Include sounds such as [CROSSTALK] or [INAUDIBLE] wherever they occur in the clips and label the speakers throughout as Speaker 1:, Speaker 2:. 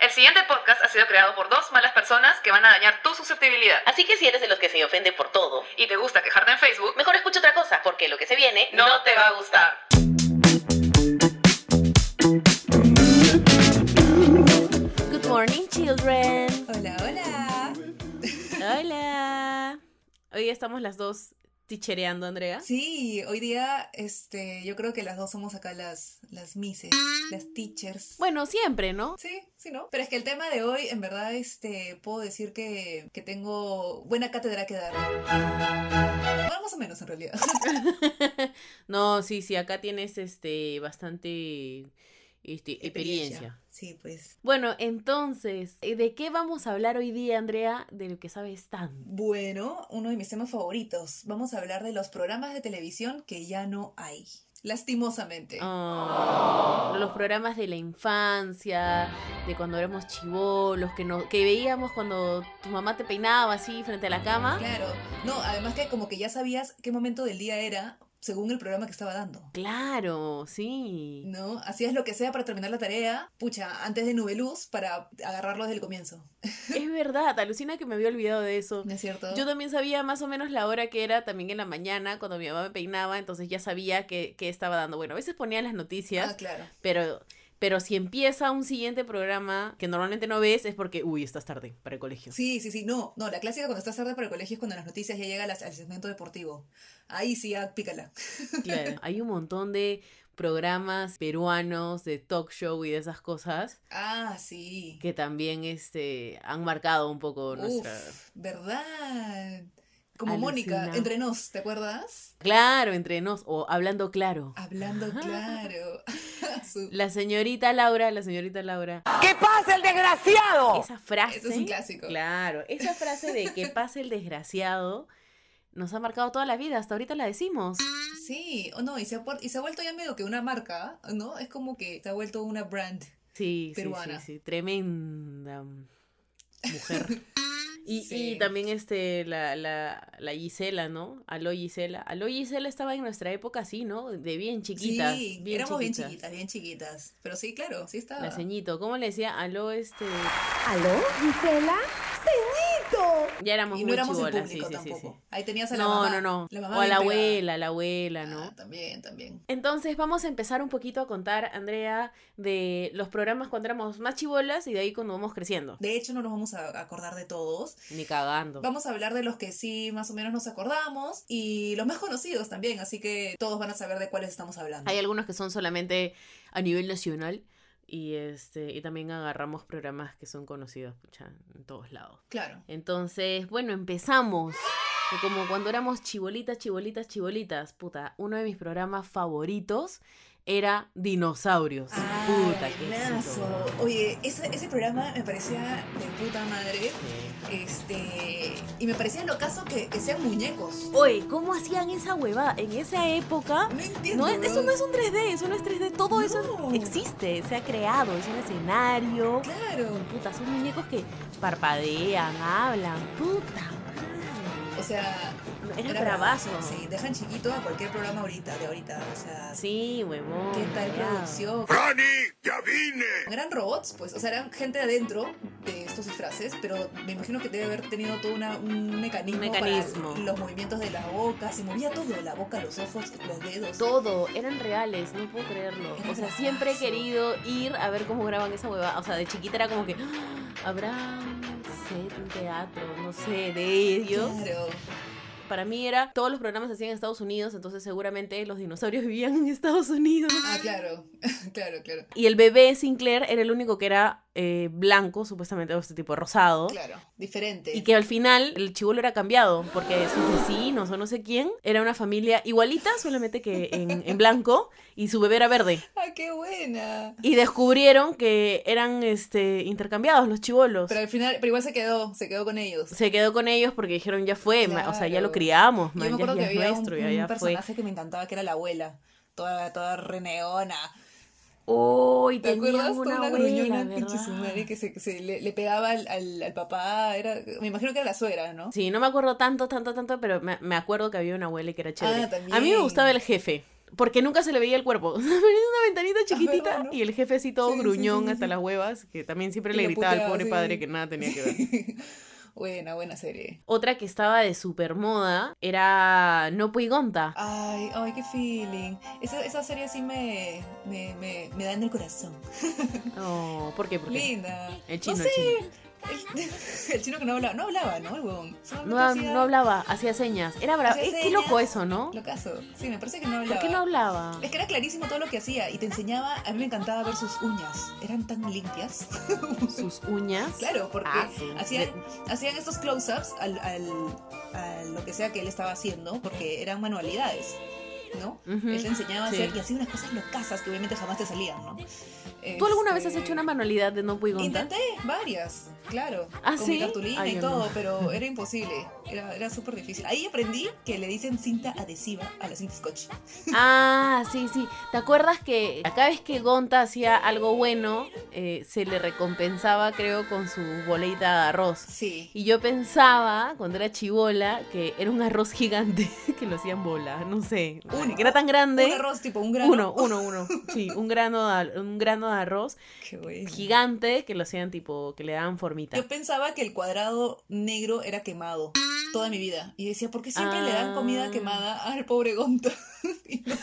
Speaker 1: El siguiente podcast ha sido creado por dos malas personas que van a dañar tu susceptibilidad.
Speaker 2: Así que si eres de los que se ofende por todo,
Speaker 1: Y te gusta quejarte en Facebook,
Speaker 2: mejor escucha otra cosa, porque lo que se viene
Speaker 1: no, te va a gustar.
Speaker 3: Good morning, children.
Speaker 4: Hola, hola.
Speaker 3: Hola. Hoy estamos las dos tichereando, Andrea.
Speaker 4: Sí, hoy día, este, yo creo que las dos somos acá las, las mises, las teachers.
Speaker 3: Bueno, siempre, ¿no?
Speaker 4: Sí, sí, ¿no? Pero es que el tema de hoy, en verdad, este, puedo decir que, que tengo buena cátedra que dar. Bueno, más o menos, en realidad.
Speaker 3: No, sí, sí, acá tienes este bastante este, experiencia.
Speaker 4: Sí, pues.
Speaker 3: Bueno, entonces, ¿eh, ¿de qué vamos a hablar hoy día, Andrea? De lo que sabes tanto.
Speaker 4: Bueno, uno de mis temas favoritos. Vamos a hablar de los programas de televisión que ya no hay.
Speaker 3: Ah.
Speaker 4: Lastimosamente.
Speaker 3: Oh, Los programas de la infancia, de cuando éramos chivolos, que, no, que veíamos cuando tu mamá te peinaba así frente a la cama.
Speaker 4: Claro. No, además que como que ya sabías qué momento del día era según el programa que estaba dando.
Speaker 3: Claro, sí.
Speaker 4: No, hacías lo que sea para terminar la tarea, pucha, antes de nube luz para agarrarlo desde el comienzo.
Speaker 3: Es verdad, alucina que me había olvidado de eso.
Speaker 4: ¿No es cierto?
Speaker 3: Yo también sabía más o menos la hora que era también en la mañana cuando mi mamá me peinaba, entonces ya sabía que, que estaba dando. Bueno, a veces ponían las noticias,
Speaker 4: Ah, claro.
Speaker 3: pero, pero si empieza un siguiente programa que normalmente no ves es porque, uy, estás tarde para el colegio.
Speaker 4: Sí, sí, sí, no, no, la clásica cuando estás tarde para el colegio es cuando las noticias ya llega a las- al segmento deportivo. Ahí sí, ya, pícala.
Speaker 3: Claro. Hay un montón de programas peruanos de talk show y de esas cosas
Speaker 4: Ah, sí.
Speaker 3: que también este, han marcado un poco nuestra...
Speaker 4: Uf, ¿verdad? Como
Speaker 3: Alucina.
Speaker 4: Mónica, entre nos, ¿te acuerdas?
Speaker 3: Claro, entre nos, o hablando claro.
Speaker 4: Hablando
Speaker 5: Ah.
Speaker 4: claro. [LAUGHS] Su-
Speaker 3: La señorita Laura, la señorita Laura.
Speaker 5: ¿Qué pasa, el desgraciado?
Speaker 3: Esa frase.
Speaker 4: Oh, Eso es un clásico.
Speaker 3: Claro, esa frase de que pase el desgraciado nos ha marcado toda la vida, hasta ahorita la decimos.
Speaker 4: Sí, o no, y se, ha, puer- y se ha vuelto ya medio que una marca, ¿no? Es como que se ha vuelto una brand.
Speaker 3: Sí, sí, sí,
Speaker 4: Peruana.
Speaker 3: sí, tremenda mujer.
Speaker 4: [LAUGHS]
Speaker 3: Y,
Speaker 4: Sí.
Speaker 3: y también este, la, la, la Gisela, ¿no? Aló Gisela. Aló Gisela estaba en nuestra época así, ¿no? De bien chiquitas.
Speaker 4: sí,
Speaker 3: bien
Speaker 4: éramos bien
Speaker 3: chiquitas.
Speaker 4: chiquitas, bien chiquitas. Pero sí, claro, sí estaba.
Speaker 3: La ceñito, ¿cómo le decía? Aló, este.
Speaker 5: ¿Aló, Gisela? ¡Ceñito!
Speaker 3: Ya éramos
Speaker 4: Y no
Speaker 3: muy
Speaker 4: éramos el
Speaker 3: chibolas,
Speaker 4: público
Speaker 3: sí, sí, sí,
Speaker 4: tampoco.
Speaker 3: sí.
Speaker 4: Ahí tenías a la
Speaker 3: No,
Speaker 4: mamá.
Speaker 3: no, no.
Speaker 4: La mamá
Speaker 3: O a
Speaker 4: bien
Speaker 3: la
Speaker 4: pegada.
Speaker 3: abuela, la abuela, ¿no?
Speaker 4: Ah, también, también.
Speaker 3: Entonces vamos a empezar un poquito a contar, Andrea, de los programas cuando éramos más chibolas y de ahí cuando vamos creciendo.
Speaker 4: De hecho, no nos vamos a acordar de todos.
Speaker 3: Ni cagando.
Speaker 4: Vamos a hablar de los que sí más o menos nos acordamos y los más conocidos también, así que todos van a saber de cuáles estamos hablando.
Speaker 3: Hay algunos que son solamente a nivel nacional y este y también agarramos programas que son conocidos pucha, en todos lados.
Speaker 4: Claro.
Speaker 3: Entonces, bueno, empezamos. Que Como cuando éramos chibolitas, chibolitas, chibolitas. Puta, uno de mis programas favoritos era Dinosaurios. Puta, qué éxito.
Speaker 4: buenazo. Oye, ese, ese programa me parecía de puta madre.
Speaker 3: Sí.
Speaker 4: Este. Y me parecía lo caso que, que sean muñecos.
Speaker 3: Oye, ¿cómo hacían esa huevada? En esa época
Speaker 4: No entiendo.
Speaker 3: No, es-
Speaker 4: bro.
Speaker 3: eso no es un 3D, eso no es 3D, todo eso
Speaker 4: No.
Speaker 3: existe, se ha creado, es un escenario.
Speaker 4: Claro.
Speaker 3: Puta, son muñecos que parpadean, hablan, puta. madre.
Speaker 4: O sea,
Speaker 3: Era
Speaker 4: Era
Speaker 3: bravazo.
Speaker 4: bravazo, Sí, dejan chiquito a cualquier programa ahorita, de ahorita. O sea,
Speaker 3: Sí, huevón.
Speaker 4: ¿qué tal
Speaker 3: ya.
Speaker 4: producción?
Speaker 6: ¡Franny, ya vine!
Speaker 4: Eran robots, pues, o sea, eran gente adentro de estos disfraces, pero me imagino que debe haber tenido todo una- un mecanismo,
Speaker 3: Un mecanismo.
Speaker 4: para los movimientos de la boca, se movía todo, la boca, los ojos, los dedos.
Speaker 3: Todo, eran reales, no puedo creerlo.
Speaker 4: Era
Speaker 3: O sea, siempre he
Speaker 4: bravazo.
Speaker 3: querido ir a ver cómo graban esa huevada. O sea, de chiquita era como que, "Ah, habrá, no sé, un teatro, no sé, de ellos.
Speaker 4: Claro.
Speaker 3: Para mí era, todos los programas se hacían en Estados Unidos, entonces seguramente los dinosaurios [LAUGHS] vivían en Estados Unidos.
Speaker 4: Ah, claro, [LAUGHS] claro, claro,
Speaker 3: Y el bebé Sinclair era el único que era eh, blanco, supuestamente, o este tipo rosado.
Speaker 4: claro, diferente.
Speaker 3: Y que al final el chivolo era cambiado, porque sus vecinos o no sé quién era una familia igualita, solamente que en, en blanco, y su bebé era verde.
Speaker 4: Ah, qué buena.
Speaker 3: Y descubrieron que eran este, intercambiados los chivolos.
Speaker 4: Pero al final, pero igual se quedó, se quedó con ellos.
Speaker 3: Se quedó con ellos porque dijeron, ya fue, ma- o sea, ya lo
Speaker 4: Claro.
Speaker 3: criamos,
Speaker 4: Yo
Speaker 3: man,
Speaker 4: me
Speaker 3: ya,
Speaker 4: acuerdo
Speaker 3: ya
Speaker 4: que
Speaker 3: es
Speaker 4: había
Speaker 3: nuestro,
Speaker 4: un,
Speaker 3: ya,
Speaker 4: un
Speaker 3: ya fue.
Speaker 4: personaje que me encantaba, que era la abuela, toda, toda reneona.
Speaker 3: Uy,
Speaker 4: ¿Te acuerdas?
Speaker 3: tenían
Speaker 4: Toda
Speaker 3: una
Speaker 4: una
Speaker 3: abuela,
Speaker 4: gruñona, pinche su madre, que se, que se le, le pegaba al, al, al papá. Era, me imagino que era la suegra, ¿no?
Speaker 3: Sí, no me acuerdo tanto, tanto, tanto, pero me, me acuerdo que había una abuela que era chévere.
Speaker 4: Ah, también.
Speaker 3: a mí me gustaba el jefe. Porque nunca se le veía el cuerpo. [LAUGHS] Pero era una ventanita chiquitita
Speaker 4: Ah, verdad, ¿no?
Speaker 3: y el jefe así todo
Speaker 4: Sí, sí, sí,
Speaker 3: gruñón
Speaker 4: sí,
Speaker 3: hasta
Speaker 4: sí.
Speaker 3: las huevas, que también siempre
Speaker 4: Y
Speaker 3: le
Speaker 4: lo
Speaker 3: gritaba al
Speaker 4: puteaba,
Speaker 3: pobre
Speaker 4: sí.
Speaker 3: padre que nada tenía
Speaker 4: [LAUGHS]
Speaker 3: que ver.
Speaker 4: [LAUGHS] buena, buena serie.
Speaker 3: Otra que estaba de supermoda era No Puigonta.
Speaker 4: Ay, ay, qué feeling. Esa, esa serie sí me, me, me, me da en el corazón.
Speaker 3: No, ¿por qué? ¿Por qué?
Speaker 4: Linda.
Speaker 3: El chino,
Speaker 4: no
Speaker 3: el
Speaker 4: sé.
Speaker 3: chino.
Speaker 4: El, [LAUGHS] el chino que no hablaba, no hablaba, ¿no? El huevón. Solamente
Speaker 3: No,
Speaker 4: hacía-
Speaker 3: no hablaba, hacía señas. Era bravo.
Speaker 4: Hacía
Speaker 3: Eh, Qué
Speaker 4: señas.
Speaker 3: loco eso, ¿no?
Speaker 4: Lo caso. Sí, me parece que no hablaba.
Speaker 3: ¿Por qué no hablaba?
Speaker 4: Es que era clarísimo todo lo que hacía y te enseñaba, a mí me encantaba ver sus uñas. Eran tan limpias. [LAUGHS]
Speaker 3: Sus uñas.
Speaker 4: Claro, porque
Speaker 3: Ah, sí.
Speaker 4: hacían, hacían estos close-ups al, al- a lo que sea que él estaba haciendo, porque eran manualidades, ¿no?
Speaker 3: Ujú.
Speaker 4: Él te enseñaba
Speaker 3: Mm, Sí.
Speaker 4: a hacer y hacía unas cosas locasas que obviamente jamás te salían, ¿no?
Speaker 3: ¿Tú alguna vez
Speaker 4: Este,
Speaker 3: has hecho una manualidad de No Puigonta?
Speaker 4: Intenté varias, claro,
Speaker 3: ¿Ah,
Speaker 4: con
Speaker 3: sí?
Speaker 4: mi cartulina
Speaker 3: Ay,
Speaker 4: y
Speaker 3: yo
Speaker 4: todo,
Speaker 3: no.
Speaker 4: pero
Speaker 3: [LAUGHS]
Speaker 4: era imposible, era, era súper difícil. Ahí aprendí que le dicen cinta adhesiva a la cinta scotch.
Speaker 3: Ah, sí, sí. ¿Te acuerdas que cada vez que Gonta hacía algo bueno, eh, se le recompensaba, creo, con su boleta de arroz?
Speaker 4: Sí.
Speaker 3: Y yo pensaba, cuando era chivola, que era un arroz gigante [LAUGHS] que lo hacían bola, no sé.
Speaker 4: Uno.
Speaker 3: que era tan
Speaker 4: Un
Speaker 3: grande.
Speaker 4: arroz tipo un grano.
Speaker 3: Uno, uno, uno. Sí, un grano, de, ar- un grano de arroz
Speaker 4: Qué bueno.
Speaker 3: gigante que lo hacían tipo, que le daban formita.
Speaker 4: Yo pensaba que el cuadrado negro era quemado toda mi vida. Y decía, ¿por qué siempre le dan
Speaker 3: Ah.
Speaker 4: comida quemada al pobre Gonta? [LAUGHS] y, no-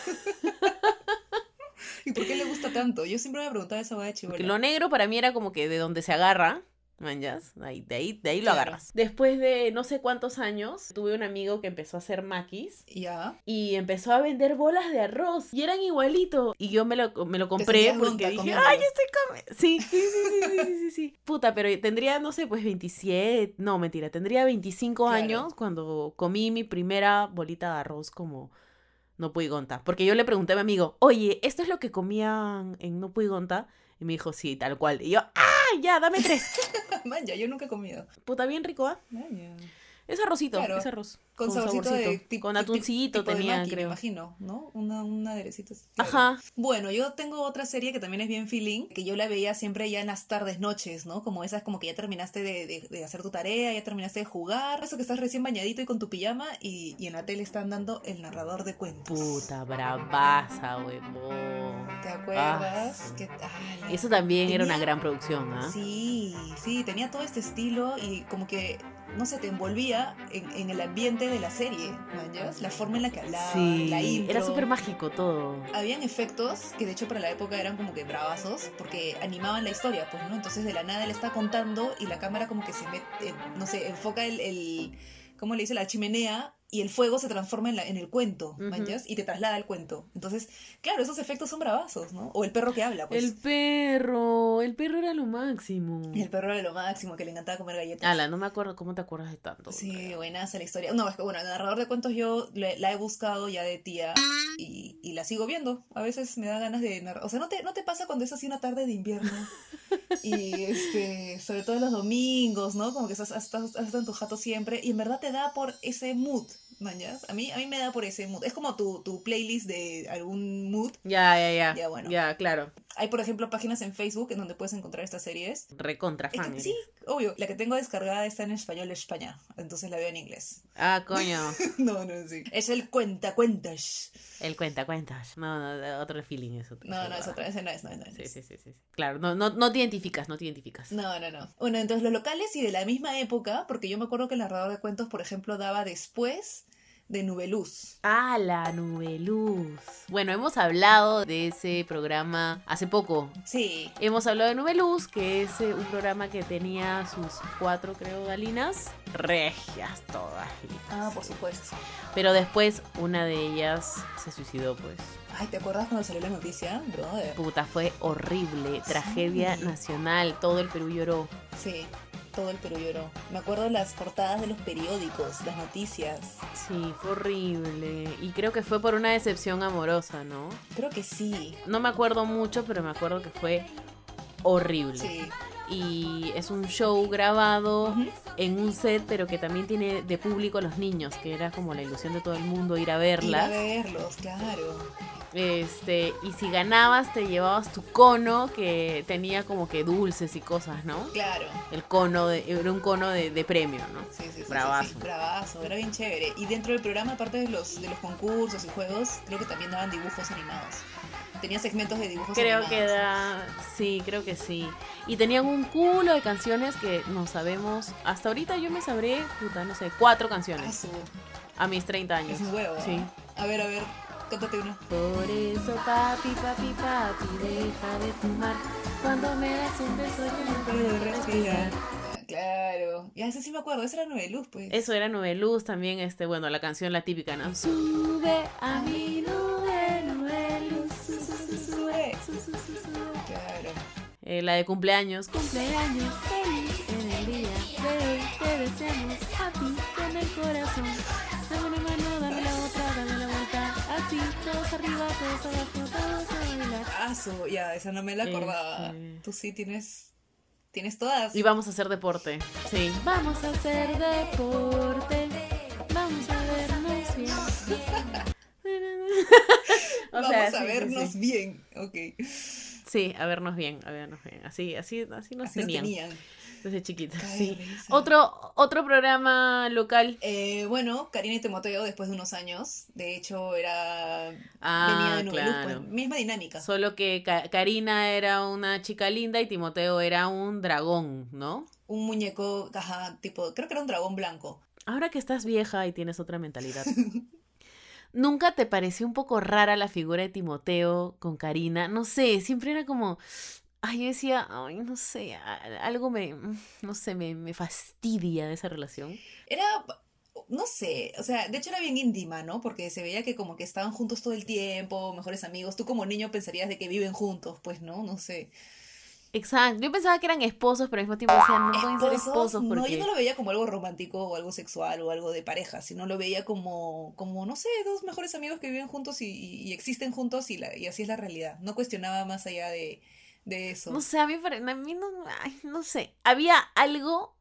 Speaker 4: ¿Y por qué le gusta tanto? Yo siempre me preguntaba esa hueá de
Speaker 3: Porque
Speaker 4: chibola.
Speaker 3: lo negro para mí era como que de donde se agarra, manjas, ahí, de ahí, de ahí lo
Speaker 4: Claro.
Speaker 3: agarras. Después de no sé cuántos años, tuve un amigo que empezó a hacer maquis
Speaker 4: Ya. [LAUGHS]
Speaker 3: y empezó a vender bolas de arroz y eran igualito. Y yo me lo, me lo compré
Speaker 4: sentías
Speaker 3: porque
Speaker 4: tonta
Speaker 3: dije,
Speaker 4: comiéndolo.
Speaker 3: ay, estoy comiendo. Sí, sí, sí, sí, sí, sí, sí, [LAUGHS] sí. Puta, pero tendría, no sé, pues 27, no, mentira, tendría 25
Speaker 4: Claro.
Speaker 3: años cuando comí mi primera bolita de arroz como... No Puigonta. Porque yo le pregunté a mi amigo, oye, ¿esto es lo que comían en No Puigonta? Y me dijo, sí, tal cual. Y yo, ¡ah! Ya, dame
Speaker 4: [LAUGHS]
Speaker 3: tres.
Speaker 4: Man, ya, yo nunca he comido.
Speaker 3: Puta, bien rico, ¿ah?
Speaker 4: Man, ya.
Speaker 3: Es arrocito,
Speaker 4: Claro.
Speaker 3: es arroz.
Speaker 4: Con, saborcito, de tip-
Speaker 3: Con
Speaker 4: tip-
Speaker 3: atuncito
Speaker 4: tipo de
Speaker 3: tenía,
Speaker 4: maqui, Me
Speaker 3: creo.
Speaker 4: imagino, ¿no? Una, un aderecito. así, claro.
Speaker 3: Ajá.
Speaker 4: Bueno, yo tengo otra serie que también es bien feeling, que yo la veía siempre ya en las tardes, noches, ¿no? Como esas, como que ya terminaste de, de- de hacer tu tarea, ya terminaste de jugar, eso que estás recién bañadito y con tu pijama y, y en la tele están dando el narrador de cuentos.
Speaker 3: Puta, bravaza, huevón.
Speaker 4: ¿Te acuerdas?
Speaker 3: Ah,
Speaker 4: Que- ¡Hala!
Speaker 3: Eso también era una
Speaker 4: Tenía-
Speaker 3: gran producción, ¿ah?
Speaker 4: Sí, sí, tenía todo este estilo y como que, no sé, te envolvía en, en el ambiente de la serie, ¿mayas? La forma en la que hablaba,
Speaker 3: Sí,
Speaker 4: la intro.
Speaker 3: era súper mágico todo.
Speaker 4: Habían efectos que de hecho para la época eran como que bravazos porque animaban la historia, pues, ¿no? Entonces de la nada él está contando y la cámara como que se mete, eh, no sé, enfoca el, el ¿cómo le dice? La chimenea y el fuego se transforma en, la- en el cuento,
Speaker 3: Ujú.
Speaker 4: ¿manchas? Y te traslada al cuento. Entonces, claro, esos efectos son bravazos, ¿no? O el perro que habla, pues.
Speaker 3: El perro, el perro era lo máximo.
Speaker 4: Y el perro era lo máximo, que le encantaba comer galletas.
Speaker 3: Ala, no me acuerdo cómo te acuerdas de tanto.
Speaker 4: Sí, buenaza la historia. No, es que bueno, el narrador de cuentos yo le- la he buscado ya de tía y, y la sigo viendo. A veces me da ganas de narrar. O sea, ¿no te, ¿no te pasa cuando es así una tarde de invierno? Y este, sobre todo los domingos, ¿no? Como que estás, estás, estás en tu jato siempre y en verdad te da por ese mood, mañas. A mí, a mí me da por ese mood. Es como tu, tu playlist de algún mood.
Speaker 3: Ya, ya, ya. Ya,
Speaker 4: Ya, bueno.
Speaker 3: claro.
Speaker 4: Hay, por ejemplo, páginas en Facebook en donde puedes encontrar estas series.
Speaker 3: Recontra
Speaker 4: Es que
Speaker 3: fan. eres.
Speaker 4: sí, obvio. La que tengo descargada está en español de España, entonces la veo en inglés.
Speaker 3: Ah, coño.
Speaker 4: [LAUGHS] No, no, sí. Es el cuenta cuentas.
Speaker 3: El cuenta cuentas. No, no, de- otro feeling eso.
Speaker 4: No, no, es otra vez, no es, no es, no es.
Speaker 3: Sí, sí, sí, sí. sí. Claro, no, no, no te identificas, no te identificas.
Speaker 4: No, no, no. Bueno, entonces los locales y de la misma época, porque yo me acuerdo que el narrador de cuentos, por ejemplo, daba después de Nubeluz.
Speaker 3: Ah, la nube luz. Bueno, hemos hablado de ese programa hace poco.
Speaker 4: Sí.
Speaker 3: Hemos hablado de Nube Luz, que es eh, un programa que tenía sus cuatro, creo, galinas. pues Regias todas.
Speaker 4: Ah, por supuesto.
Speaker 3: Pero después una de ellas se suicidó, pues.
Speaker 4: Ay, ¿te acuerdas cuando salió la noticia? Brother.
Speaker 3: Puta, fue horrible. Tragedia
Speaker 4: Sí.
Speaker 3: nacional. Todo el Perú lloró.
Speaker 4: Sí. Todo el Perú lloró. Me acuerdo las portadas de los periódicos, las noticias.
Speaker 3: Sí, fue horrible. Y creo que fue por una decepción amorosa, ¿no?
Speaker 4: Creo que sí.
Speaker 3: No me acuerdo mucho, pero me acuerdo que fue horrible.
Speaker 4: Sí.
Speaker 3: Y es un show grabado
Speaker 4: Ujú.
Speaker 3: en un set, pero que también tiene de público a los niños, que era como la ilusión de todo el mundo ir
Speaker 4: Ir
Speaker 3: a
Speaker 4: a
Speaker 3: verlas.
Speaker 4: verlos, claro.
Speaker 3: Este, y si ganabas te llevabas tu cono que tenía como que dulces y cosas, ¿no?
Speaker 4: Claro.
Speaker 3: El cono de- era un cono de, de premio, ¿no?
Speaker 4: Sí, sí, sí, sí, sí,
Speaker 3: Bravazo.
Speaker 4: bravazo, era bien chévere. Y dentro del programa, aparte de los, de los concursos y juegos, creo que también daban dibujos animados. Tenía segmentos de dibujos
Speaker 3: Creo
Speaker 4: animados.
Speaker 3: que da, sí, creo que sí. Y tenían un culo de canciones que no sabemos. Hasta ahorita yo me sabré, puta, no sé, cuatro
Speaker 4: Ah,
Speaker 3: canciones
Speaker 4: su-
Speaker 3: a mis 30 años.
Speaker 4: es un huevo.
Speaker 3: Sí.
Speaker 4: A ver, a ver, cántate una.
Speaker 3: Por eso, papi, papi, papi, deja de fumar. Cuando me das un beso, yo no puedo respirar.
Speaker 4: Ah, Claro. Ya, ese sí me acuerdo, esa era Nueve Luz, pues.
Speaker 3: Eso era Nube Luz también, este, bueno, la canción la típica, ¿no? Sube a mi nube, nube luz, su- su- su- sube, su- su- su- sube.
Speaker 4: Claro.
Speaker 3: Eh, la de cumpleaños. Cumpleaños feliz en el día de hoy. Te deseamos a ti con el corazón. Dame una mano, dame la otra, dame la vuelta. Así, todos arriba, todos abajo, todos a bailar.
Speaker 4: Ah, su- ya, esa no me la acordaba.
Speaker 3: Este.
Speaker 4: Tú sí tienes. Tienes todas.
Speaker 3: Y vamos a hacer deporte. Sí. [LAUGHS] Vamos a hacer deporte. Vamos a vernos bien. O
Speaker 4: Vamos
Speaker 3: sea,
Speaker 4: a
Speaker 3: sí, sí,
Speaker 4: vernos
Speaker 3: Sí,
Speaker 4: bien. Ok.
Speaker 3: Sí, a vernos bien, a vernos bien. Así, así, así nos
Speaker 4: Así nos
Speaker 3: tenían
Speaker 4: tenían.
Speaker 3: desde chiquitos.
Speaker 4: Cae de
Speaker 3: sí.
Speaker 4: risa.
Speaker 3: Otro, otro programa local.
Speaker 4: Eh, bueno, Karina y Timoteo después de unos años, de hecho era venía
Speaker 3: Ah,
Speaker 4: de Nube Luz, pues,
Speaker 3: claro.
Speaker 4: misma dinámica.
Speaker 3: Solo que Ca- Karina era una chica linda y Timoteo era un dragón, ¿no?
Speaker 4: Un muñeco, ajá, tipo, creo que era un dragón blanco.
Speaker 3: Ahora que estás vieja y tienes
Speaker 4: [LAUGHS]
Speaker 3: otra mentalidad. ¿Nunca te pareció un poco rara la figura de Timoteo con Karina? No sé, siempre era como... Ay, yo decía, ay, no sé, a- algo me, no sé, me, me fastidia de esa relación.
Speaker 4: Era, no sé, o sea, de hecho era bien íntima, ¿no? Porque se veía que como que estaban juntos todo el tiempo, mejores amigos. Tú como niño pensarías de que viven juntos, pues, ¿no? No sé.
Speaker 3: Exacto, yo pensaba que eran esposos, pero al mismo tiempo decía, no pueden ser esposos
Speaker 4: no,
Speaker 3: porque...
Speaker 4: yo no lo veía como algo romántico o algo sexual o algo de pareja, sino lo veía como, como no sé, dos mejores amigos que viven juntos y, y- y existen juntos y, la, y así es la realidad. No cuestionaba más allá de, de eso.
Speaker 3: No sé, a mí, pare- a mí no, ay, no sé. Había algo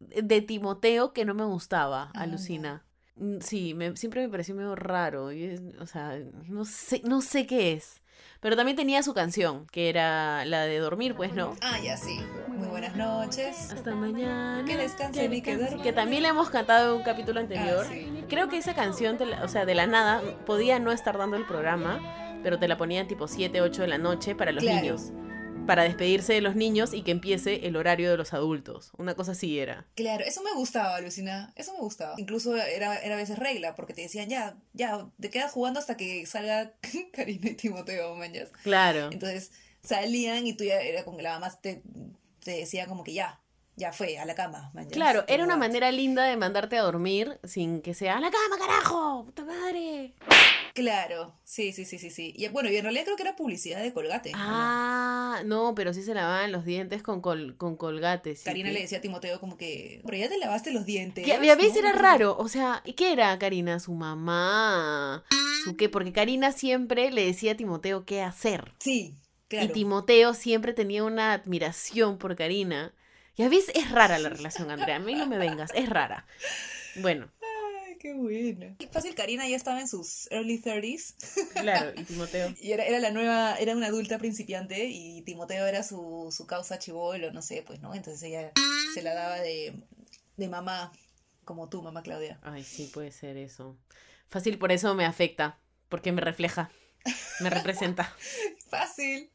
Speaker 3: de Timoteo que no me gustaba,
Speaker 4: Ah,
Speaker 3: alucina. Mm, Sí, me- siempre me pareció medio raro. y es- o sea, no sé, no sé qué es. Pero también tenía su canción, que era la de dormir, pues no.
Speaker 4: Ah, ya sí. Muy buenas noches.
Speaker 3: Hasta mañana.
Speaker 4: Que descansen y que duerman.
Speaker 3: Que también le hemos cantado en un capítulo anterior.
Speaker 4: Ah, sí.
Speaker 3: Creo que esa canción, te la- o sea, de la nada, podía no estar dando el programa, pero te la ponían tipo 7, 8 de la noche para los
Speaker 4: Claro.
Speaker 3: niños. Para despedirse de los niños y que empiece el horario de los adultos. Una cosa así era.
Speaker 4: Claro, eso me gustaba, Lucina. Eso me gustaba. Incluso era, era a veces regla, porque te decían, ya, ya, te quedas jugando hasta que salga [LAUGHS] Karina y Timoteo, manjas.
Speaker 3: Claro.
Speaker 4: Entonces salían y tú ya era como que la mamá te, te decía como que ya, ya fue, a la cama, manjas.
Speaker 3: Claro, era una
Speaker 4: Como,
Speaker 3: manera linda de mandarte a dormir sin que sea a la cama, carajo, puta madre.
Speaker 4: Claro, sí, sí, sí, sí, sí. Y bueno, y en realidad creo que era publicidad de Colgate. ¿o no?
Speaker 3: Ah, no, pero sí se lavaban los dientes con, col- con colgate. sí,
Speaker 4: Karina
Speaker 3: que-
Speaker 4: le decía a Timoteo como que, pero ya te lavaste los dientes.
Speaker 3: Que a- a veces
Speaker 4: ¿no?
Speaker 3: era raro, o sea, ¿y qué era Karina? Su mamá. ¿Su qué? Porque Karina siempre le decía a Timoteo qué hacer.
Speaker 4: Sí,
Speaker 3: Y
Speaker 4: claro.
Speaker 3: Timoteo siempre tenía una admiración por Karina. Y a veces es rara la relación, Andrea. A mí no me vengas, es rara. Bueno,
Speaker 4: Ay, qué bueno. Fácil, Karina ya estaba en sus early 30s.
Speaker 3: claro, y Timoteo.
Speaker 4: Y era, era la nueva, era una adulta principiante y Timoteo era su, su causa chivolo, no sé, pues, ¿no? Entonces ella se la daba de, de mamá, como tú, mamá Claudia.
Speaker 3: Ay, sí, puede ser eso. Fácil, por eso me afecta, porque me refleja, me representa.
Speaker 4: Fácil,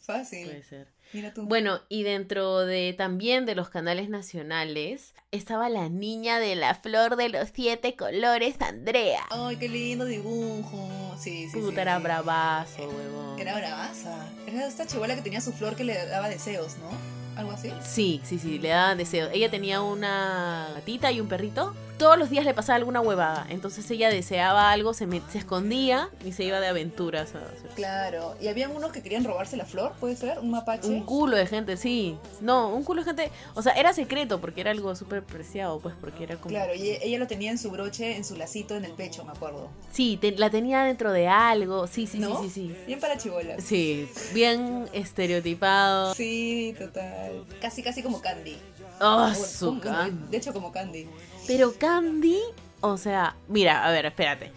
Speaker 4: fácil.
Speaker 3: Puede ser.
Speaker 4: Mira tú.
Speaker 3: Pues, Bueno, y dentro de también de los canales nacionales estaba la niña de la flor de los siete colores, Andrea.
Speaker 4: Ay, qué lindo dibujo. Sí, sí, sí,
Speaker 3: Puta, era
Speaker 4: sí.
Speaker 3: bravazo, huevón.
Speaker 4: Era bravaza. Era esta chivola que tenía su flor que le daba deseos, ¿no? Algo así.
Speaker 3: Sí, sí, sí, le daban deseos. Ella tenía una gatita y un perrito. Todos los días le pasaba alguna huevada. Entonces ella deseaba algo, se, met- se escondía y se iba de aventuras. a hacer-
Speaker 4: Claro. Y había unos que querían robarse la flor, ¿puede ser? Un mapache.
Speaker 3: Un culo de gente, sí. No, un culo de gente. O sea, era secreto porque era algo súper preciado, pues, porque era como.
Speaker 4: Claro, y ella lo tenía en su broche, en su lacito, en el pecho, me acuerdo.
Speaker 3: Sí, te- la tenía dentro de algo. Sí, sí,
Speaker 4: ¿No?
Speaker 3: sí, sí, sí.
Speaker 4: Bien para chivola.
Speaker 3: Sí, bien estereotipado.
Speaker 4: Sí, total. Casi, casi como Candy.
Speaker 3: Oh,
Speaker 4: Ah, bueno,
Speaker 3: su
Speaker 4: como-
Speaker 3: ca-
Speaker 4: De hecho, como Candy.
Speaker 3: Pero Candy, o sea, mira, a ver, espérate.